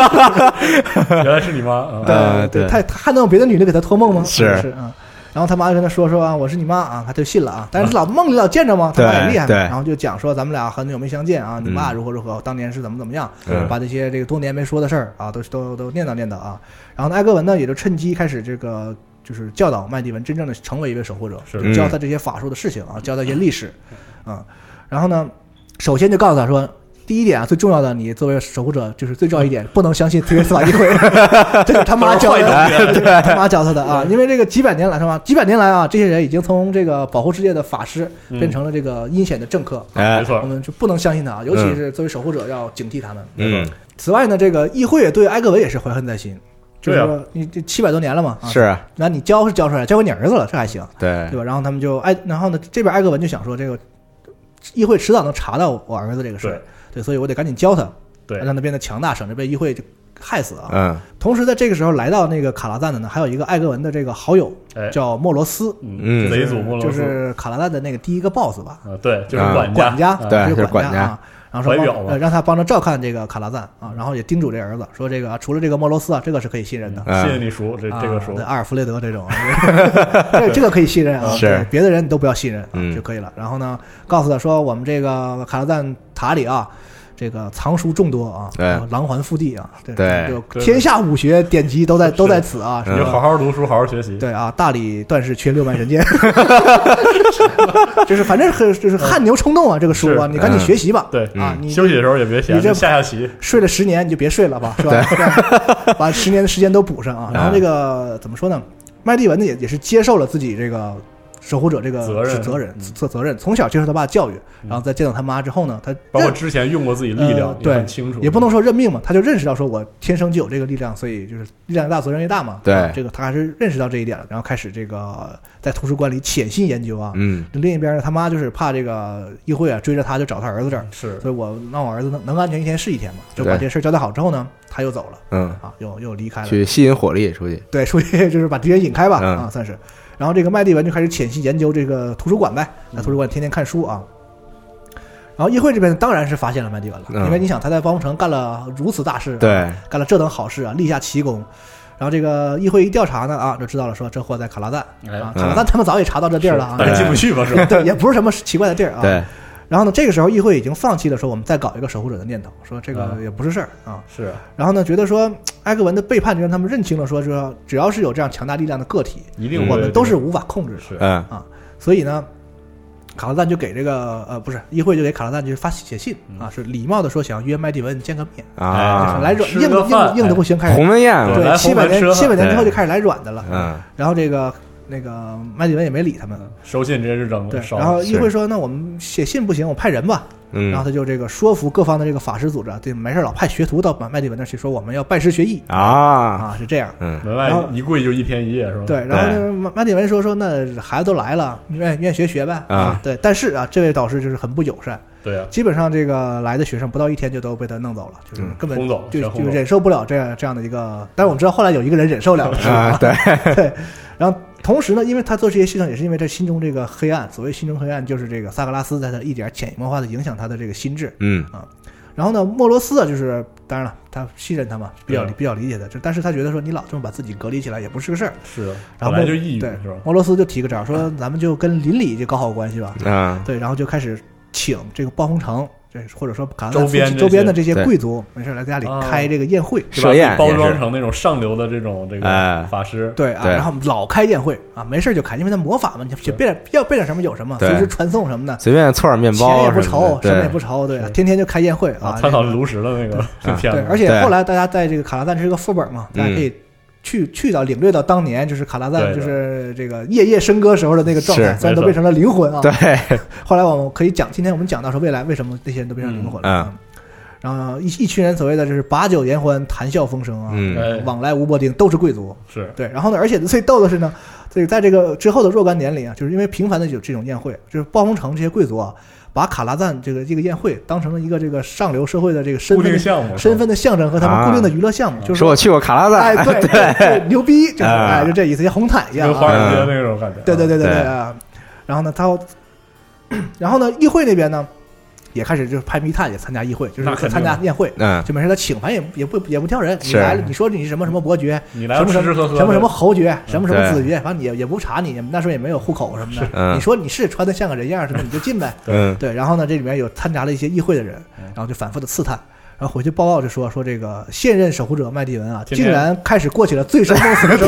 S1: 原来是你妈啊，
S2: 呃
S3: 对，
S2: 对
S3: 他他还能有别的女的给他托梦吗？
S2: 是
S3: 是啊。然后他妈就跟他说说啊，我是你妈啊，他就信了啊。但是老梦里老见着嘛，他
S2: 对
S3: 妈也厉害嘛。
S2: 对
S3: 然后就讲说咱们俩很久没相见啊，你爸
S2: 嗯
S3: 如何如何，当年是怎么怎么样
S2: 嗯，
S3: 把这些这个多年没说的事儿啊，都都都念叨念叨啊。然后呢，艾格文呢也就趁机开始这个就是教导麦迪文真正的成为一位守护者，
S1: 是
S3: 就教
S2: 嗯
S3: 嗯他这些法术的事情啊，教他一些历史啊。然后呢，首先就告诉他说。第一点啊，最重要的，你作为守护者，就是最重要一点，不能相信特维斯瓦一会，这是他妈教的，啊
S2: 对，
S3: 他妈教他的啊！因为这个几百年来，是吧？几百年来啊，这些人已经从这个保护世界的法师
S1: 嗯
S3: 变成了这个阴险的政客，
S1: 没
S2: 哎，
S3: 我
S1: 错，
S3: 们就不能相信他啊！尤其是作为守护者，要警惕他们。
S2: 嗯，
S3: 此外呢，这个议会对埃格维也是怀恨在心，就是
S1: 对
S3: 说你这七百多年了嘛，啊
S2: 是，啊，
S3: 那你教是教出来，教给你儿子了，这还行。
S2: 对
S3: 对，吧？然后他们就哎，然后呢，这边埃格文就想说，这个议会迟早能查到我儿子这个事儿，对，所以我得赶紧教他，
S1: 对
S3: 让他变得强大，省着被议会就害死啊。
S2: 嗯
S3: 同时，在这个时候来到那个卡拉赞的呢，还有一个埃格文的这个好友
S1: 哎，
S3: 叫莫罗斯，
S2: 嗯
S1: 雷祖莫罗
S3: 就
S1: 斯
S3: 是卡拉赞的那个第一个 boss 吧，
S1: 啊，对，就是
S2: 啊
S1: 管
S3: 管家，
S1: 啊
S2: 对
S3: 就是
S2: 就是管
S3: 家
S2: 家
S3: 啊。然后说
S1: 怀
S3: 帮
S1: 表嘛
S3: 呃让他帮着照看这个卡拉赞啊，然后也叮嘱这儿子说这个啊除了这个莫罗斯啊，这个是可以信任的，
S2: 嗯
S1: 谢谢你叔，这这个
S3: 啊
S1: 叔
S3: 对，阿尔弗雷德这种，这这个可以信任啊，
S2: 是
S3: 对别的人你都不要信任啊、
S2: 嗯
S3: 就可以了。然后呢，告诉他说我们这个卡拉赞塔里啊。这个藏书众多啊，
S2: 对
S3: 然后狼环腹地啊，这
S2: 对
S3: 就天下武学典籍都在都在此啊，
S2: 是
S1: 嗯
S3: 什
S1: 你
S3: 么
S1: 就好好读书，好好学习。
S3: 对啊，大理段氏缺六脉神剑，就是反正很就是汗牛充栋啊，这个书啊，
S1: 是
S3: 你赶紧学习吧，
S1: 对
S3: 啊，
S2: 嗯
S3: 你
S1: 休息的时候也别闲
S3: 你这
S1: 着，下下棋。
S3: 睡了十年你就别睡
S1: *laughs*
S3: 了吧，是吧？这样把十年的时间都补上啊。然后这个怎么说呢？麦蒂文呢也也是接受了自己这个守护者这个
S1: 责任
S3: 是责任
S1: 嗯
S3: 责责任，从小接受他爸教育，
S1: 嗯
S3: 然后再见到他妈之后呢，他
S1: 包括
S3: 认
S1: 之前用过自己力量
S3: 呃，
S1: 也
S3: 对
S1: 很清楚，
S3: 也不能说认命嘛，他就认识到说我天生就有这个力量，所以就是力量越大责任越大嘛。
S2: 对
S3: 啊这个他还是认识到这一点了，然后开始这个在图书馆里潜心研究啊。
S2: 嗯
S3: 另一边呢，他妈就是怕这个议会啊追着他，就找他儿子这儿，
S1: 是
S3: 所以我让我儿子能能安全一天是一天嘛，就把
S2: 对
S3: 这事儿交代好之后呢，他又走了。
S2: 嗯，
S3: 啊，又又离开了，
S2: 去吸引火力出去，
S3: 对，出去就是把敌人引开吧，
S2: 嗯
S3: 啊，算是。然后这个麦蒂文就开始潜心研究这个图书馆呗，
S2: 嗯
S3: 在图书馆天天看书啊。然后议会这边当然是发现了麦蒂文了，
S2: 嗯
S3: 因为你想他在汪城干了如此大事，，
S2: 对，
S3: 干了这等好事啊，立下奇功。然后这个议会一调查呢，啊，就知道了，说这货在卡拉赞
S1: 哎
S3: 啊，
S2: 嗯哎
S3: 卡拉赞他们早也查到这地儿了啊，
S1: 但是进不去吧，是吧？
S3: 对，也不是什么奇怪的地儿啊。
S2: 对，
S3: 然后呢，这个时候议会已经放弃了说我们再搞一个守护者的念头，说这个
S1: 嗯
S3: 也不是事儿啊。
S1: 是
S3: 然后呢，觉得说埃格文的背叛就让他们认清了说，说只要是有这样强大力量的个体，
S1: 一定会
S3: 我们都是无法控制的。
S1: 嗯是
S2: 嗯
S3: 所以呢，卡拉赞就给这个呃不是议会就给卡拉赞就发写信
S1: 嗯
S3: 啊，是礼貌的说想约麦蒂文见个面，
S2: 啊，
S3: 很来软，
S1: 吃
S3: 硬
S1: 个
S3: 硬
S1: 饭
S3: 硬的不行，开始
S2: 鸿门宴嘛，
S1: 对来
S3: 哎对七百
S1: 红
S3: 年
S1: 门吃
S3: 七百年之后
S2: 对
S3: 就开始来软的了。
S2: 嗯
S3: 然后这个那个麦蒂文也没理他们。
S1: 收信直接就扔
S3: 对
S1: 了，，烧了
S3: 然后议
S2: 是
S3: 会说：“那我们写信不行，我派人吧。然后
S2: 嗯
S3: 他就这个说服各方的这个法师组织，啊，对，没事儿老派学徒到麦麦蒂文那儿去，说我们要拜师学艺
S2: 啊，
S3: 啊，是这样。
S2: 嗯
S1: 门
S3: 然后
S1: 外一跪就一天一夜，是吧？
S3: 对，然后呢，马马鼎文说说那孩子都来了，愿愿学学呗
S2: 啊
S3: 对，但是啊，这位导师就是很不友善，
S1: 对啊呀，
S3: 基本上这个来的学生不到一天就都被他弄走了，就是
S2: 嗯
S3: 根本
S1: 轰走
S3: 就
S1: 全轰
S3: 就
S1: 走
S3: 忍受不了这样这样的一个。但是我们知道后来有一个人忍受了了， *laughs* 是
S2: 啊，
S3: 吧？
S2: 对，
S3: 对。然后同时呢，因为他做这些事情也是因为他心中这个黑暗，所谓心中黑暗就是这个萨格拉斯在他一点潜移默化的影响他的这个心智。
S2: 嗯
S3: 然后呢，莫罗斯啊，就是当然了，他信任他嘛，比较
S1: 对
S3: 比较理解他，就但是他觉得说你老这么把自己隔离起来也不是个事儿。
S1: 是的，
S3: 然
S1: 本
S3: 后
S1: 来就抑郁，
S3: 对
S1: 是吧？
S3: 莫罗斯就提个招儿，说咱们就跟邻里就搞好关系吧。
S2: 啊，
S3: 对，然后就开始请这个暴风城，这或者说卡拉赞
S1: 周边
S3: 附近
S1: 这
S3: 周边
S1: 些
S3: 的这些
S2: 对
S3: 贵族，没事儿来家里
S1: 啊
S3: 开这个宴会。
S1: 就把
S2: 设宴
S1: 自己包
S2: 也
S1: 装
S2: 是，
S1: 成那种上流的这种这
S2: 哎
S1: 个法师，
S3: 对啊，
S2: 对
S3: 然后老开宴会啊，没事儿就开，因为他魔法嘛，你就变要变点什么有什么，
S2: 对
S3: 随时传送什么的，
S2: 随便凑点面
S3: 钱
S2: 包
S3: 也不
S2: 什么
S3: 愁
S2: 的，
S3: 什么也
S2: 对
S3: 不愁，对啊，
S1: 是
S3: 天天就开宴会啊，
S1: 参考
S3: 这个
S1: 炉石的那个 *laughs* 片
S3: 对，
S1: 子，
S3: 而且
S2: 对嗯
S3: 后来大家在这个卡拉赞这是个副本嘛，大家可以去去到领略到当年就是卡拉赞
S1: 对的
S3: 就是这个夜夜笙歌时候的那个状态，
S2: 是
S3: 虽然都
S1: 没错
S3: 变成了灵魂啊，
S2: 对，
S3: 后来我们可以讲，今天我们讲到说未来为什么那些人都变成灵魂了。
S2: 嗯
S3: 啊然后一一群人所谓的就是把酒言欢，谈笑风生啊，
S2: 嗯
S1: 哎
S3: 往来无波丁，都是贵族。
S1: 是
S3: 对，然后呢，而且最逗的是呢，这个在这个之后的若干年里啊，就是因为频繁的有这种宴会，就是暴风城这些贵族啊，把卡拉赞这个这个宴会当成了一个这个上流社会的这个身
S1: 固
S3: 份
S1: 定
S3: 的
S1: 项目，
S3: 身份的象征和他们
S2: 啊
S3: 固定的娱乐项目，就是
S2: 说我去过卡拉
S3: 哎，
S2: *laughs* 赞，
S3: 对对对，牛逼，就是
S2: 啊
S3: 哎，就这意思，像红毯一样
S1: 跟
S3: 啊
S1: 华
S2: 嗯
S1: 尔街那种感觉，
S3: 对对对对
S2: 对
S3: 啊。然后呢，他，然后呢，议会那边呢，也开始就是派密探也参加议会，就
S1: 那
S3: 是
S1: 肯定啊
S3: 参加宴会，
S2: 嗯
S3: 就没事他请，反正也也不也不挑人，你
S2: 是
S3: 来了，你说你是什么什么伯爵，
S1: 你来
S3: 什
S1: 了
S3: 么
S1: 吃
S3: 什
S1: 吃
S3: 么
S1: 喝喝，
S3: 什
S1: *laughs*
S3: 么什么侯爵，什么什么
S2: 对
S3: 子爵，反正也也不查你，那时候也没有户口什么的，
S2: 嗯
S3: 你说你是穿的像个人样似的，你就进呗。
S1: *laughs*
S3: *laughs*
S2: 嗯
S3: 对，然后呢，这里面有参加了一些议会的人，
S1: 嗯
S3: 然后就反复的刺探，然后回去报告就说说这个现任守护者麦蒂文啊，
S1: 天
S3: 竟
S1: 天
S3: 然开始过起了醉生梦死的生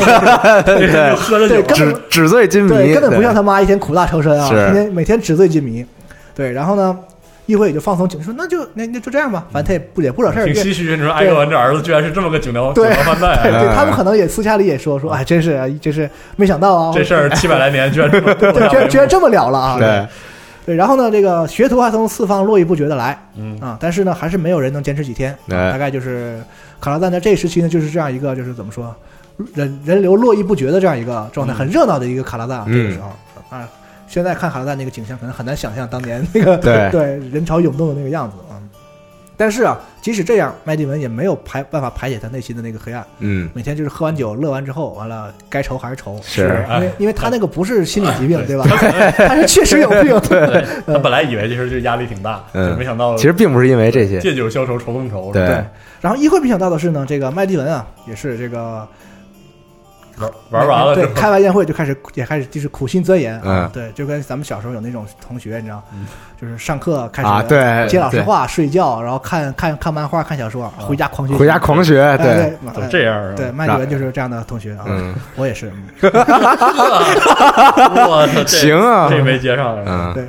S1: *laughs*
S3: 活，
S1: 对
S2: 对
S1: 就喝着
S3: 对
S1: 酒，啊
S3: 根本
S2: 纸纸醉金迷，
S3: 对，根本不像他妈一天苦大仇深啊，
S2: 是
S3: 天天每天纸醉金迷。对，然后呢，议会也就放松警惕，说那就那那就这样吧，反正他也不也不惹事儿，
S1: 嗯挺
S3: 因为
S1: 唏嘘。你说埃格文这儿子居然是这么个酒条酒
S3: 对
S1: 条犯罪
S3: 对
S1: 啊，
S3: 对，他们可能也私下里也说说，哎，真是啊真是没想到啊，
S1: 嗯这事儿七百来年居然这
S3: *laughs*
S1: 么这么
S3: 对，
S1: 大
S3: 居然
S1: 眉
S3: 居然
S1: 目
S3: 这么了了啊！
S2: 对，
S3: 对，然后呢，这个学徒还从四方络绎不绝的来
S1: 嗯
S3: 啊，但是呢，还是没有人能坚持几天。大
S2: 哎，
S3: 概就是卡拉赞在这时期呢，就是这样一个就是怎么说，人人流络绎不绝的这样一个状态，
S1: 嗯
S3: 很热闹的一个卡拉赞啊。
S2: 嗯
S3: 这个时候啊，现在看卡拉赞那个景象，可能很难想象
S2: *laughs*
S3: 当年那个
S2: 对
S3: 人潮涌动的那个样子啊。但是啊，即使这样，麦迪文也没有排办法排解他内心的那个黑暗。
S2: 嗯，
S3: 每天就是喝完酒乐完之后，完了该愁还是愁，
S2: 是，
S3: 因为
S1: 哎
S3: 因为他那个不
S2: *laughs*
S3: 是心理疾病，对吧？
S1: 他可能
S3: 他是确实有病，
S1: 对他
S3: 嗯
S1: 本来以为这事儿就压力挺大，
S2: 嗯
S1: 就没想到
S2: 其实并不是因为这些，
S1: 借酒消愁愁更愁。
S2: 对
S3: 对，然后议会没想到的是呢，这个麦迪文啊，也是这个
S1: 玩玩完了之
S3: 对，
S1: 后，
S3: 开完宴会就开始也开始就是苦心钻研啊
S2: 嗯，
S3: 对，就跟咱们小时候有那种同学，你知道
S1: 嗯，
S3: 就是上课开始
S2: 啊，对，
S3: 接老师
S2: 对
S3: 话、睡觉，然后看看看漫画、看小
S1: 啊
S3: 说，回家狂学习，
S2: 回家狂学，
S3: 哎
S2: 对，
S3: 对，
S1: 怎么
S3: 哎
S1: 这样啊？
S3: 对，麦迪文就是这样的同学啊，
S2: 嗯，
S3: 我也是，嗯
S1: 我 *laughs* 操，这
S2: 行啊，
S1: 这没接上来。
S2: 嗯，
S3: 对。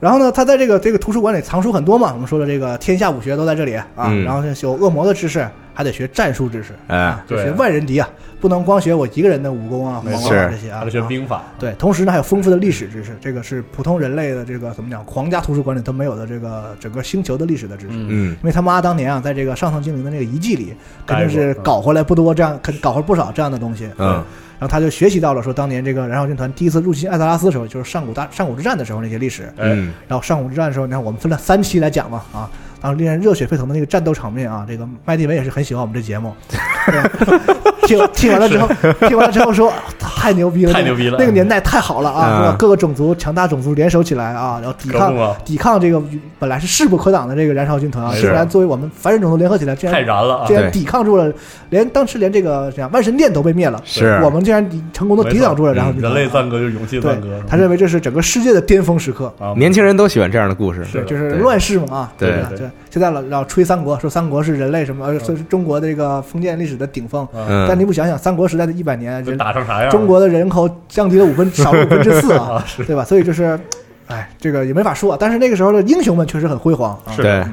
S3: 然后呢，他在这个这个图书馆里藏书很多嘛，我们说的这个天下武学都在这里啊。
S2: 嗯
S3: 然后有恶魔的知识，还得学战术知识，
S2: 哎，
S3: 就
S1: 对
S3: 学万人敌啊，不能光学我一个人的武功啊、
S1: 没
S3: 黄
S2: 错
S3: 瓜啊这些啊。
S1: 还得学
S3: 啊
S1: 兵法，
S3: 对，同时呢还有丰富的历史知识，这个是普通人类的这个怎么讲，皇家图书馆里都没有的这个整个星球的历史的知识。
S1: 嗯，
S2: 嗯，
S3: 因为他妈当年啊，在这个上层精灵的那个遗迹里，肯定是
S1: 待过嗯
S3: 搞回来不多这样，肯搞回不少这样的东西。
S2: 嗯，
S3: 然后他就学习到了说当年这个燃烧军团第一次入侵艾泽拉斯的时候，就是上古大上古之战的时候那些历史。
S1: 哎，
S2: 嗯，
S3: 然后上古之战的时候，你看我们分了三期来讲嘛，啊，当时令人热血沸腾的那个战斗场面啊，这个麦蒂文也是很喜欢我们这节目，对 *laughs* 听听完了之后， *laughs* 听完了之后说啊太牛逼了，
S1: 太牛逼了
S3: 那个年代太好了
S2: 嗯
S3: 啊，是吧各个种族强大种族联手起来啊，然后抵
S1: 可
S3: 抗
S1: 不。嘛，
S3: 抵抗这个本来是势不可挡的这个燃烧军团啊，
S1: 是
S3: 竟然作为我们凡人种族联合起来，竟
S1: 太
S3: 然
S1: 燃了啊
S3: 竟！然
S2: 对
S3: 抵抗住了，连当时连这个这样万神殿都被灭了，
S2: 是，
S3: 我们竟然抵成功的抵挡住了
S2: 没错
S3: 燃
S2: 嗯
S3: 烧军团
S1: 人
S3: 啊。
S1: 类赞歌就是勇气赞歌
S3: 对，，他认为这是整个世界的巅峰时刻，
S1: 啊，
S2: 年轻人都喜欢这样的故事，
S1: 是
S3: 对，
S1: 的
S3: 就是
S2: 对
S3: 乱世嘛啊，
S2: 对
S3: 吧？
S1: 对嗯
S3: 对，现在老老吹三国，说三国是人类什么，呃，说是中国的这个封建历史的顶峰。
S1: 啊，
S2: 嗯，
S3: 但你不想想，三国时代的一百年，
S1: 都
S3: 人
S1: 打成啥样了？
S3: 中国的人口降低了五分，少了五分之四
S1: *laughs*
S3: 啊，
S1: 啊，是
S3: 对吧？所以就是，哎，这个也没法说啊。但是那个时候的英雄们确实很辉煌啊。
S1: 是
S2: 对，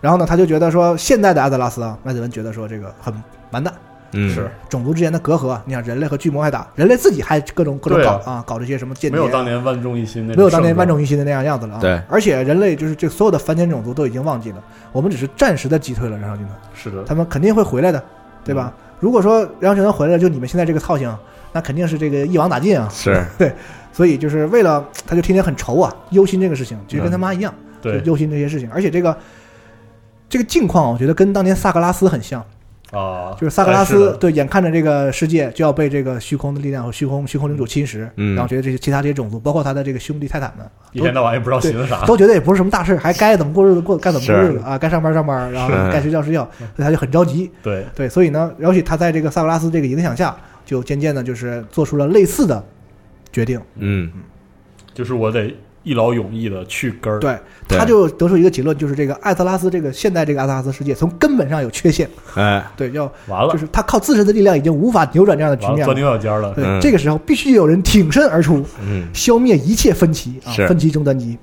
S3: 然后呢，他就觉得说，现代的阿德拉斯啊，麦德文觉得说这个很完蛋，
S2: 嗯，
S1: 是，
S3: 种族之间的隔阂。啊你想，人类和巨魔还打，人类自己还各种各种
S1: 对
S3: 搞
S1: 啊
S3: 啊，搞这些什么间谍
S1: 没
S3: 啊，
S1: 有当年万众一心那种
S3: 没有当年
S1: 盛
S3: 万众一心的那样样子了啊。
S2: 对，
S3: 而且人类就是这所有的凡间种族都已经忘记了，我们只是暂时的击退了燃烧军团，
S1: 况是的，
S3: 他们肯定会回来的，对吧？
S1: 嗯
S3: 如果说燃烧军团回来了，就你们现在这个操行，那肯定是这个一网打尽啊。
S2: 是，
S3: 所以就是为了他就天天很愁啊，忧心这个事情，其实跟他妈一样，
S1: 嗯对
S3: 就忧心这些事情。而且这个这个境况，我觉得跟当年萨格拉斯很像，
S1: 啊，
S3: 就是萨格拉
S1: 哎是
S3: 斯、
S1: 的
S3: 对眼看着这个世界就要被这个虚空的力量和虚空虚空领主侵蚀，
S2: 嗯
S3: 然后觉得这些其他这些种族，包括他的这个兄弟泰坦们，
S1: 一天到晚也不知道寻思啥，
S3: *laughs* 都觉得也不是什么大事，还该怎么过日子过，该怎么过日子啊，该上班上班，然后
S2: 是
S3: 该睡觉睡觉，所以他就很着急。
S1: 对，
S3: 对，所以呢，而且他在这个萨格拉斯这个影响下，就渐渐的就是做出了类似的决定。
S2: 嗯，
S1: 就是我得一劳永逸的去根儿，
S3: 对，
S2: 对
S3: 他就得出一个结论，就是这个艾泽拉斯这个现代这个艾泽拉斯世界从根本上有缺陷，
S2: 哎，
S3: 对，要
S1: 完了
S3: 就，是他靠自身的力量已经无法扭转这样的局
S1: 完了，
S3: 面
S1: 钻
S3: 了。
S1: 牛角尖儿了，
S3: 对，
S2: 嗯
S3: 这个时候必须有人挺身而出，
S2: 嗯，
S3: 消灭一切分歧啊，
S2: 是
S3: 分歧终端机。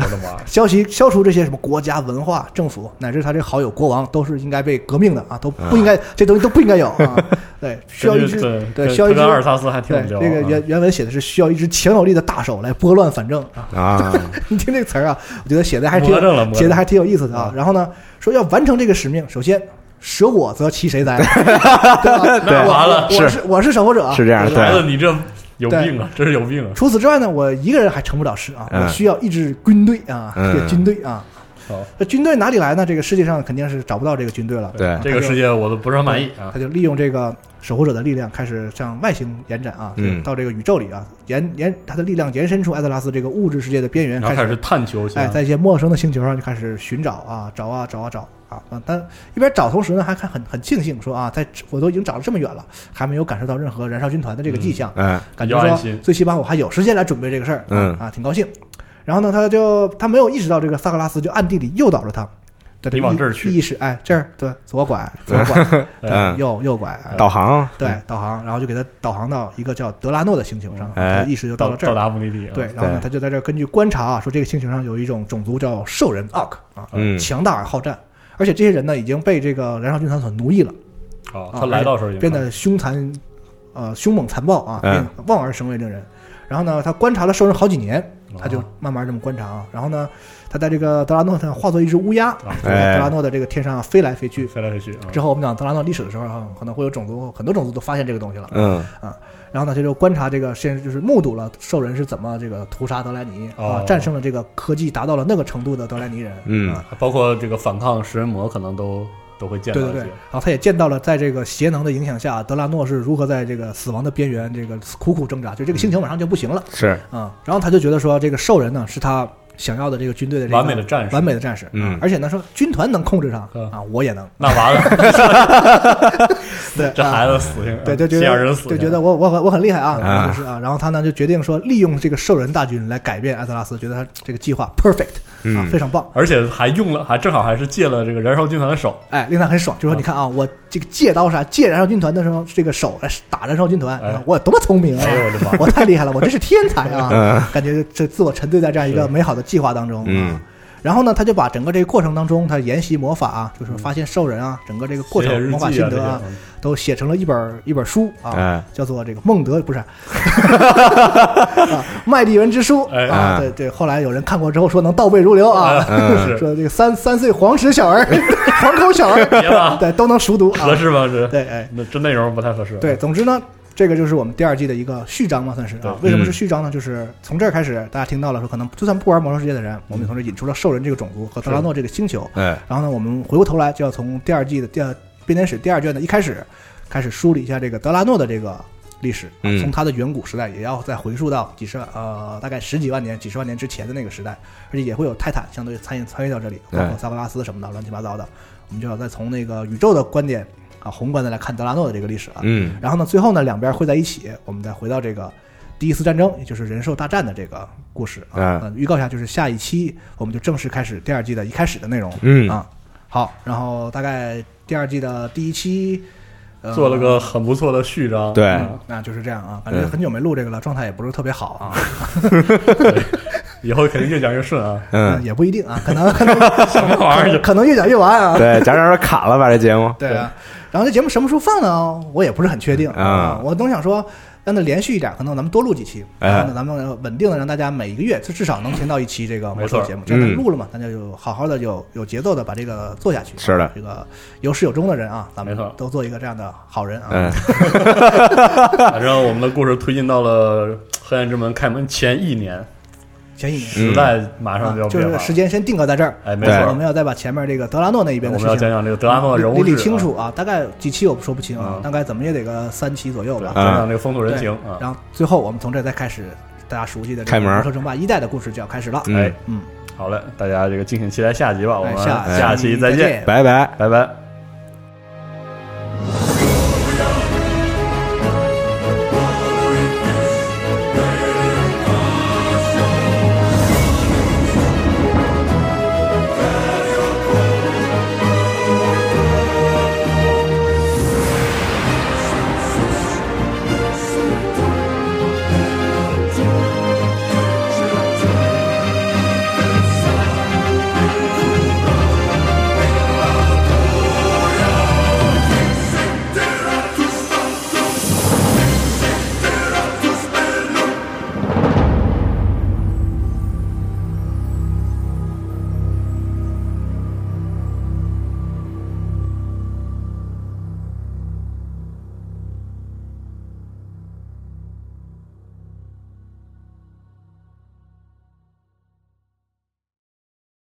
S1: 我的妈呀！
S3: 消息消除这些什么国家、文化、政府，乃至他这好友国王，都是应该被革命的啊，都不应该、这东西都不应该有啊。对，需要一
S1: 根据
S3: 支
S1: 对
S3: 需要一
S1: 跟阿尔
S3: 支
S1: 萨斯还挺
S3: 对
S1: 有
S3: 这
S1: 聊啊，
S3: 个原原文写的是需要一支强有力的大手来拨乱反正啊。 *laughs*
S2: 啊，
S3: 你听这个词儿啊，我觉得写的还挺
S1: 魔怔了魔怔了
S3: 写的还挺有意思的啊。然后呢，说要完成这个使命，首先。舍我则其谁哉？对吧？
S2: 对
S3: 我
S1: 完了
S3: 我
S2: 是
S3: 我是我是守护者
S2: *laughs*
S3: 啊，
S2: 是这样的，
S1: 孩子
S2: 对，
S1: 你这有病啊，真是有病啊！
S3: 除此之外呢，我一个人还成不了事啊，
S2: 嗯
S3: 我需要一支军队啊，
S2: 嗯
S3: 这个军队啊
S1: 好。
S3: 那军队哪里来呢？这个世界上肯定是找不到这个军队了。
S2: 对
S1: 这个世界我都不是很满意啊
S3: 他，就利用这个守护者的力量，开始向外星延展啊，
S2: 嗯
S3: 就到这个宇宙里啊，延延他的力量延伸出艾泽拉斯这个物质世界的边缘，
S1: 然后
S3: 开
S1: 开
S3: 始
S1: 始啊探求去了，
S3: 哎，在一些陌生的星球上就开始寻找啊，找啊，找啊，找啊。啊但一边找同时呢，还看很很庆幸说啊，在我都已经找了这么远了，还没有感受到任何燃烧军团的这个迹象，
S2: 哎，
S3: 感
S1: 嗯比较
S3: 觉
S1: 安
S3: 说
S1: 心
S3: 最起码我还有时间来准备这个事儿，啊
S2: 嗯
S3: 啊，挺高兴。然后呢，他就他没有意识到这个萨格拉斯就暗地里诱导着他，对
S1: 你往这儿去
S3: 意识哎这儿对左拐左
S1: *laughs*
S3: 拐
S2: 嗯
S3: 右右拐，哎
S2: 导航，
S3: 对导航，然后就给他导航到一个叫德拉诺的星球上，
S2: 哎
S3: 他意识就到了这
S1: 到
S3: 儿。
S1: 达目的地啊，
S3: 对，然后呢
S2: 对，
S3: 他就在这儿根据观察啊，说这个星球上有一种种族叫兽人 Orc 啊，
S2: 嗯
S3: 强大而好战，而且这些人呢已经被这个燃烧军团所奴役了，
S1: 哦，
S3: 啊
S1: 他来到时候已经
S3: 变得凶残，呃，凶猛残暴啊，
S2: 嗯
S3: 变望而生畏令人。然后呢，他观察了兽人好几年，
S1: 哦
S3: 他就慢慢这么观察啊。然后呢，他在这个德拉诺上化作一只乌鸦，
S1: 啊，
S3: 在
S2: 哎
S3: 德拉诺的这个天上飞来飞去。
S1: 飞来飞去啊，
S3: 之后我们讲德拉诺历史的时候啊，可能会有种族，很多种族都发现这个东西了。
S2: 嗯
S3: 然后呢，他就观察这个，先就是目睹了兽人是怎么这个屠杀德莱尼啊
S1: 哦，
S3: 战胜了这个科技达到了那个程度的德莱尼人。
S2: 嗯
S3: 啊
S1: 包括这个反抗食人魔，可能都都会见到
S3: 对
S1: 一
S3: 对
S1: 些。
S3: 对，然后他也见到了，在这个邪能的影响下，德拉诺是如何在这个死亡的边缘这个苦苦挣扎，就这个心情马上就不行了
S2: 是，
S1: 嗯
S3: 啊、然后他就觉得说，这个兽人呢是他想要的这个军队的这个
S1: 完美的战士，
S3: 完美的战士，啊
S2: 嗯
S3: 而且呢说军团能控制上
S1: 嗯
S3: 啊，我也能，
S1: 那完了， *laughs*
S3: 对，
S1: 这
S3: 啊
S1: 孩子死性，
S3: 对，就觉
S1: 心眼
S3: 得
S1: 人死性，
S3: 就觉得我我很我很厉害啊，
S2: 啊
S3: 然后就是啊，然后他呢就决定说利用这个兽人大军来改变艾泽拉斯，觉得他这个计划 perfect 啊，
S2: 嗯
S3: 非常棒，
S1: 而且还用了，还正好还是借了这个燃烧军团的手，
S3: 哎，令他很爽，就说
S1: 啊
S3: 你看啊，我这个借刀杀借燃烧军团的时候，这个手来打燃烧军团
S1: 哎，
S3: 我有多么聪明啊
S1: 哎呦我的妈！
S3: 我太厉害了，我真是天才啊！
S2: 嗯
S3: *laughs* 感觉这自我沉醉在这样一个
S1: 是
S3: 美好的计划当中啊
S2: 嗯。
S3: 然后呢，他就把整个这个过程当中，他研习魔法啊，就是发现兽人啊，整个这个过
S1: 写写
S3: 程
S1: 日
S3: 魔法
S1: 记
S3: 心
S1: 啊，这
S3: 得啊
S1: 些，嗯
S3: 都写成了一本一本书啊，
S2: 哎
S3: 叫做这个孟德
S1: *laughs*
S3: 不是，啊麦迪文之书
S1: 哎
S3: 啊，对对。后来有人看过之后说能倒背如流啊，
S1: 哎是
S3: 说这个三三岁黄
S1: *laughs*
S3: 齿小儿、黄口小
S1: 别
S3: 儿
S1: 了，
S3: 对，都能熟读啊
S1: 合。适吗？这
S3: 对，哎，
S1: 那这内容不太合适。
S3: 对，，总之呢，这个就是我们第二季的一个序章嘛，算是
S1: 对
S3: 啊。为什么是
S2: 嗯
S3: 序章呢？就是从这儿开始，大家听到了说，可能就算不玩魔兽世界的人，我们也从这引出了兽人这个种族和德拉诺这个星球。
S2: 哎
S3: 然后呢，我们回过头来就要从第二季的第二编年史第二卷的一开始，开始梳理一下这个德拉诺的这个。历史啊
S2: 嗯
S3: 从它的远古时代，也要再回溯到几十呃大概十几万年、几十万年之前的那个时代，而且也会有泰坦相对参与参与到这里，包括
S2: 对
S3: 萨布拉斯什么的乱七八糟的，我们就要再从那个宇宙的观点啊宏观的来看德拉诺的这个历史啊。
S2: 嗯
S3: 然后呢，最后呢，两边汇在一起，我们再回到这个第一次战争，也就是人兽大战的这个故事啊
S2: 嗯。
S3: 嗯预告一下，就是下一期我们就正式开始第二季的一开始的内容。
S2: 嗯
S3: 啊，好，然后大概第二季的第一期，呃、
S1: 做了个嗯很不错的序章。
S2: 对。
S1: 嗯
S3: 那就是这样啊，感觉很久没录这个了，状态也不是特别好啊，
S1: 以后肯定越讲越顺啊
S3: *laughs*
S2: 嗯，
S3: 也不一定啊，可能可能
S1: 什么 *laughs* 玩意儿？
S3: 可能越讲越完啊。
S2: 对，假如要是卡了吧，这节目，
S3: 对啊，然后这节目什么时候放呢？我也不是很确定
S2: 啊
S3: 我总想说，让它连续一点，可能咱们多录几期，
S2: 哎
S3: 然后呢咱们稳定的让大家每一个月至至少能听到一期这个魔兽节目。这
S2: 没错嗯
S3: 样咱录了嘛，咱就有好好的有有节奏的把这个做下去。
S2: 是的
S3: 这个有始有终的人啊，咱们
S1: 没错
S3: 都做一个这样的好人啊。
S2: 嗯
S1: 反正我们的故事推进到了黑暗之门开门前一年，
S3: 前一年
S1: 时代马上就
S3: 啊
S1: 要
S3: 就
S1: 变化了。
S3: 是时间先定格在这儿，
S1: 哎没
S2: 错
S3: 我们要再把前面这个德拉诺那一
S1: 我
S3: 边的
S1: 们
S3: 事
S1: 要讲
S3: 情。
S1: 讲这个德拉诺的人物
S3: 理
S1: 志
S3: 理
S1: 啊，
S3: 清楚啊，大概几期我说不清啊
S1: 啊，
S3: 大概怎么也得个三期左右吧
S1: 对，。
S2: 啊
S1: 讲讲这个风土人情
S3: 嗯对
S1: 啊。
S3: 然后最后我们从这儿再开始大家熟悉的这个
S2: 开门
S3: 魔兽争霸一代的故事就要开始了。
S2: 嗯
S1: 哎，
S3: 嗯，
S1: 好嘞，大家这个敬请期待下集吧，我
S3: 哎
S1: 们
S3: 下
S1: 下期再见，
S3: 见。
S2: 拜拜。
S1: 拜拜。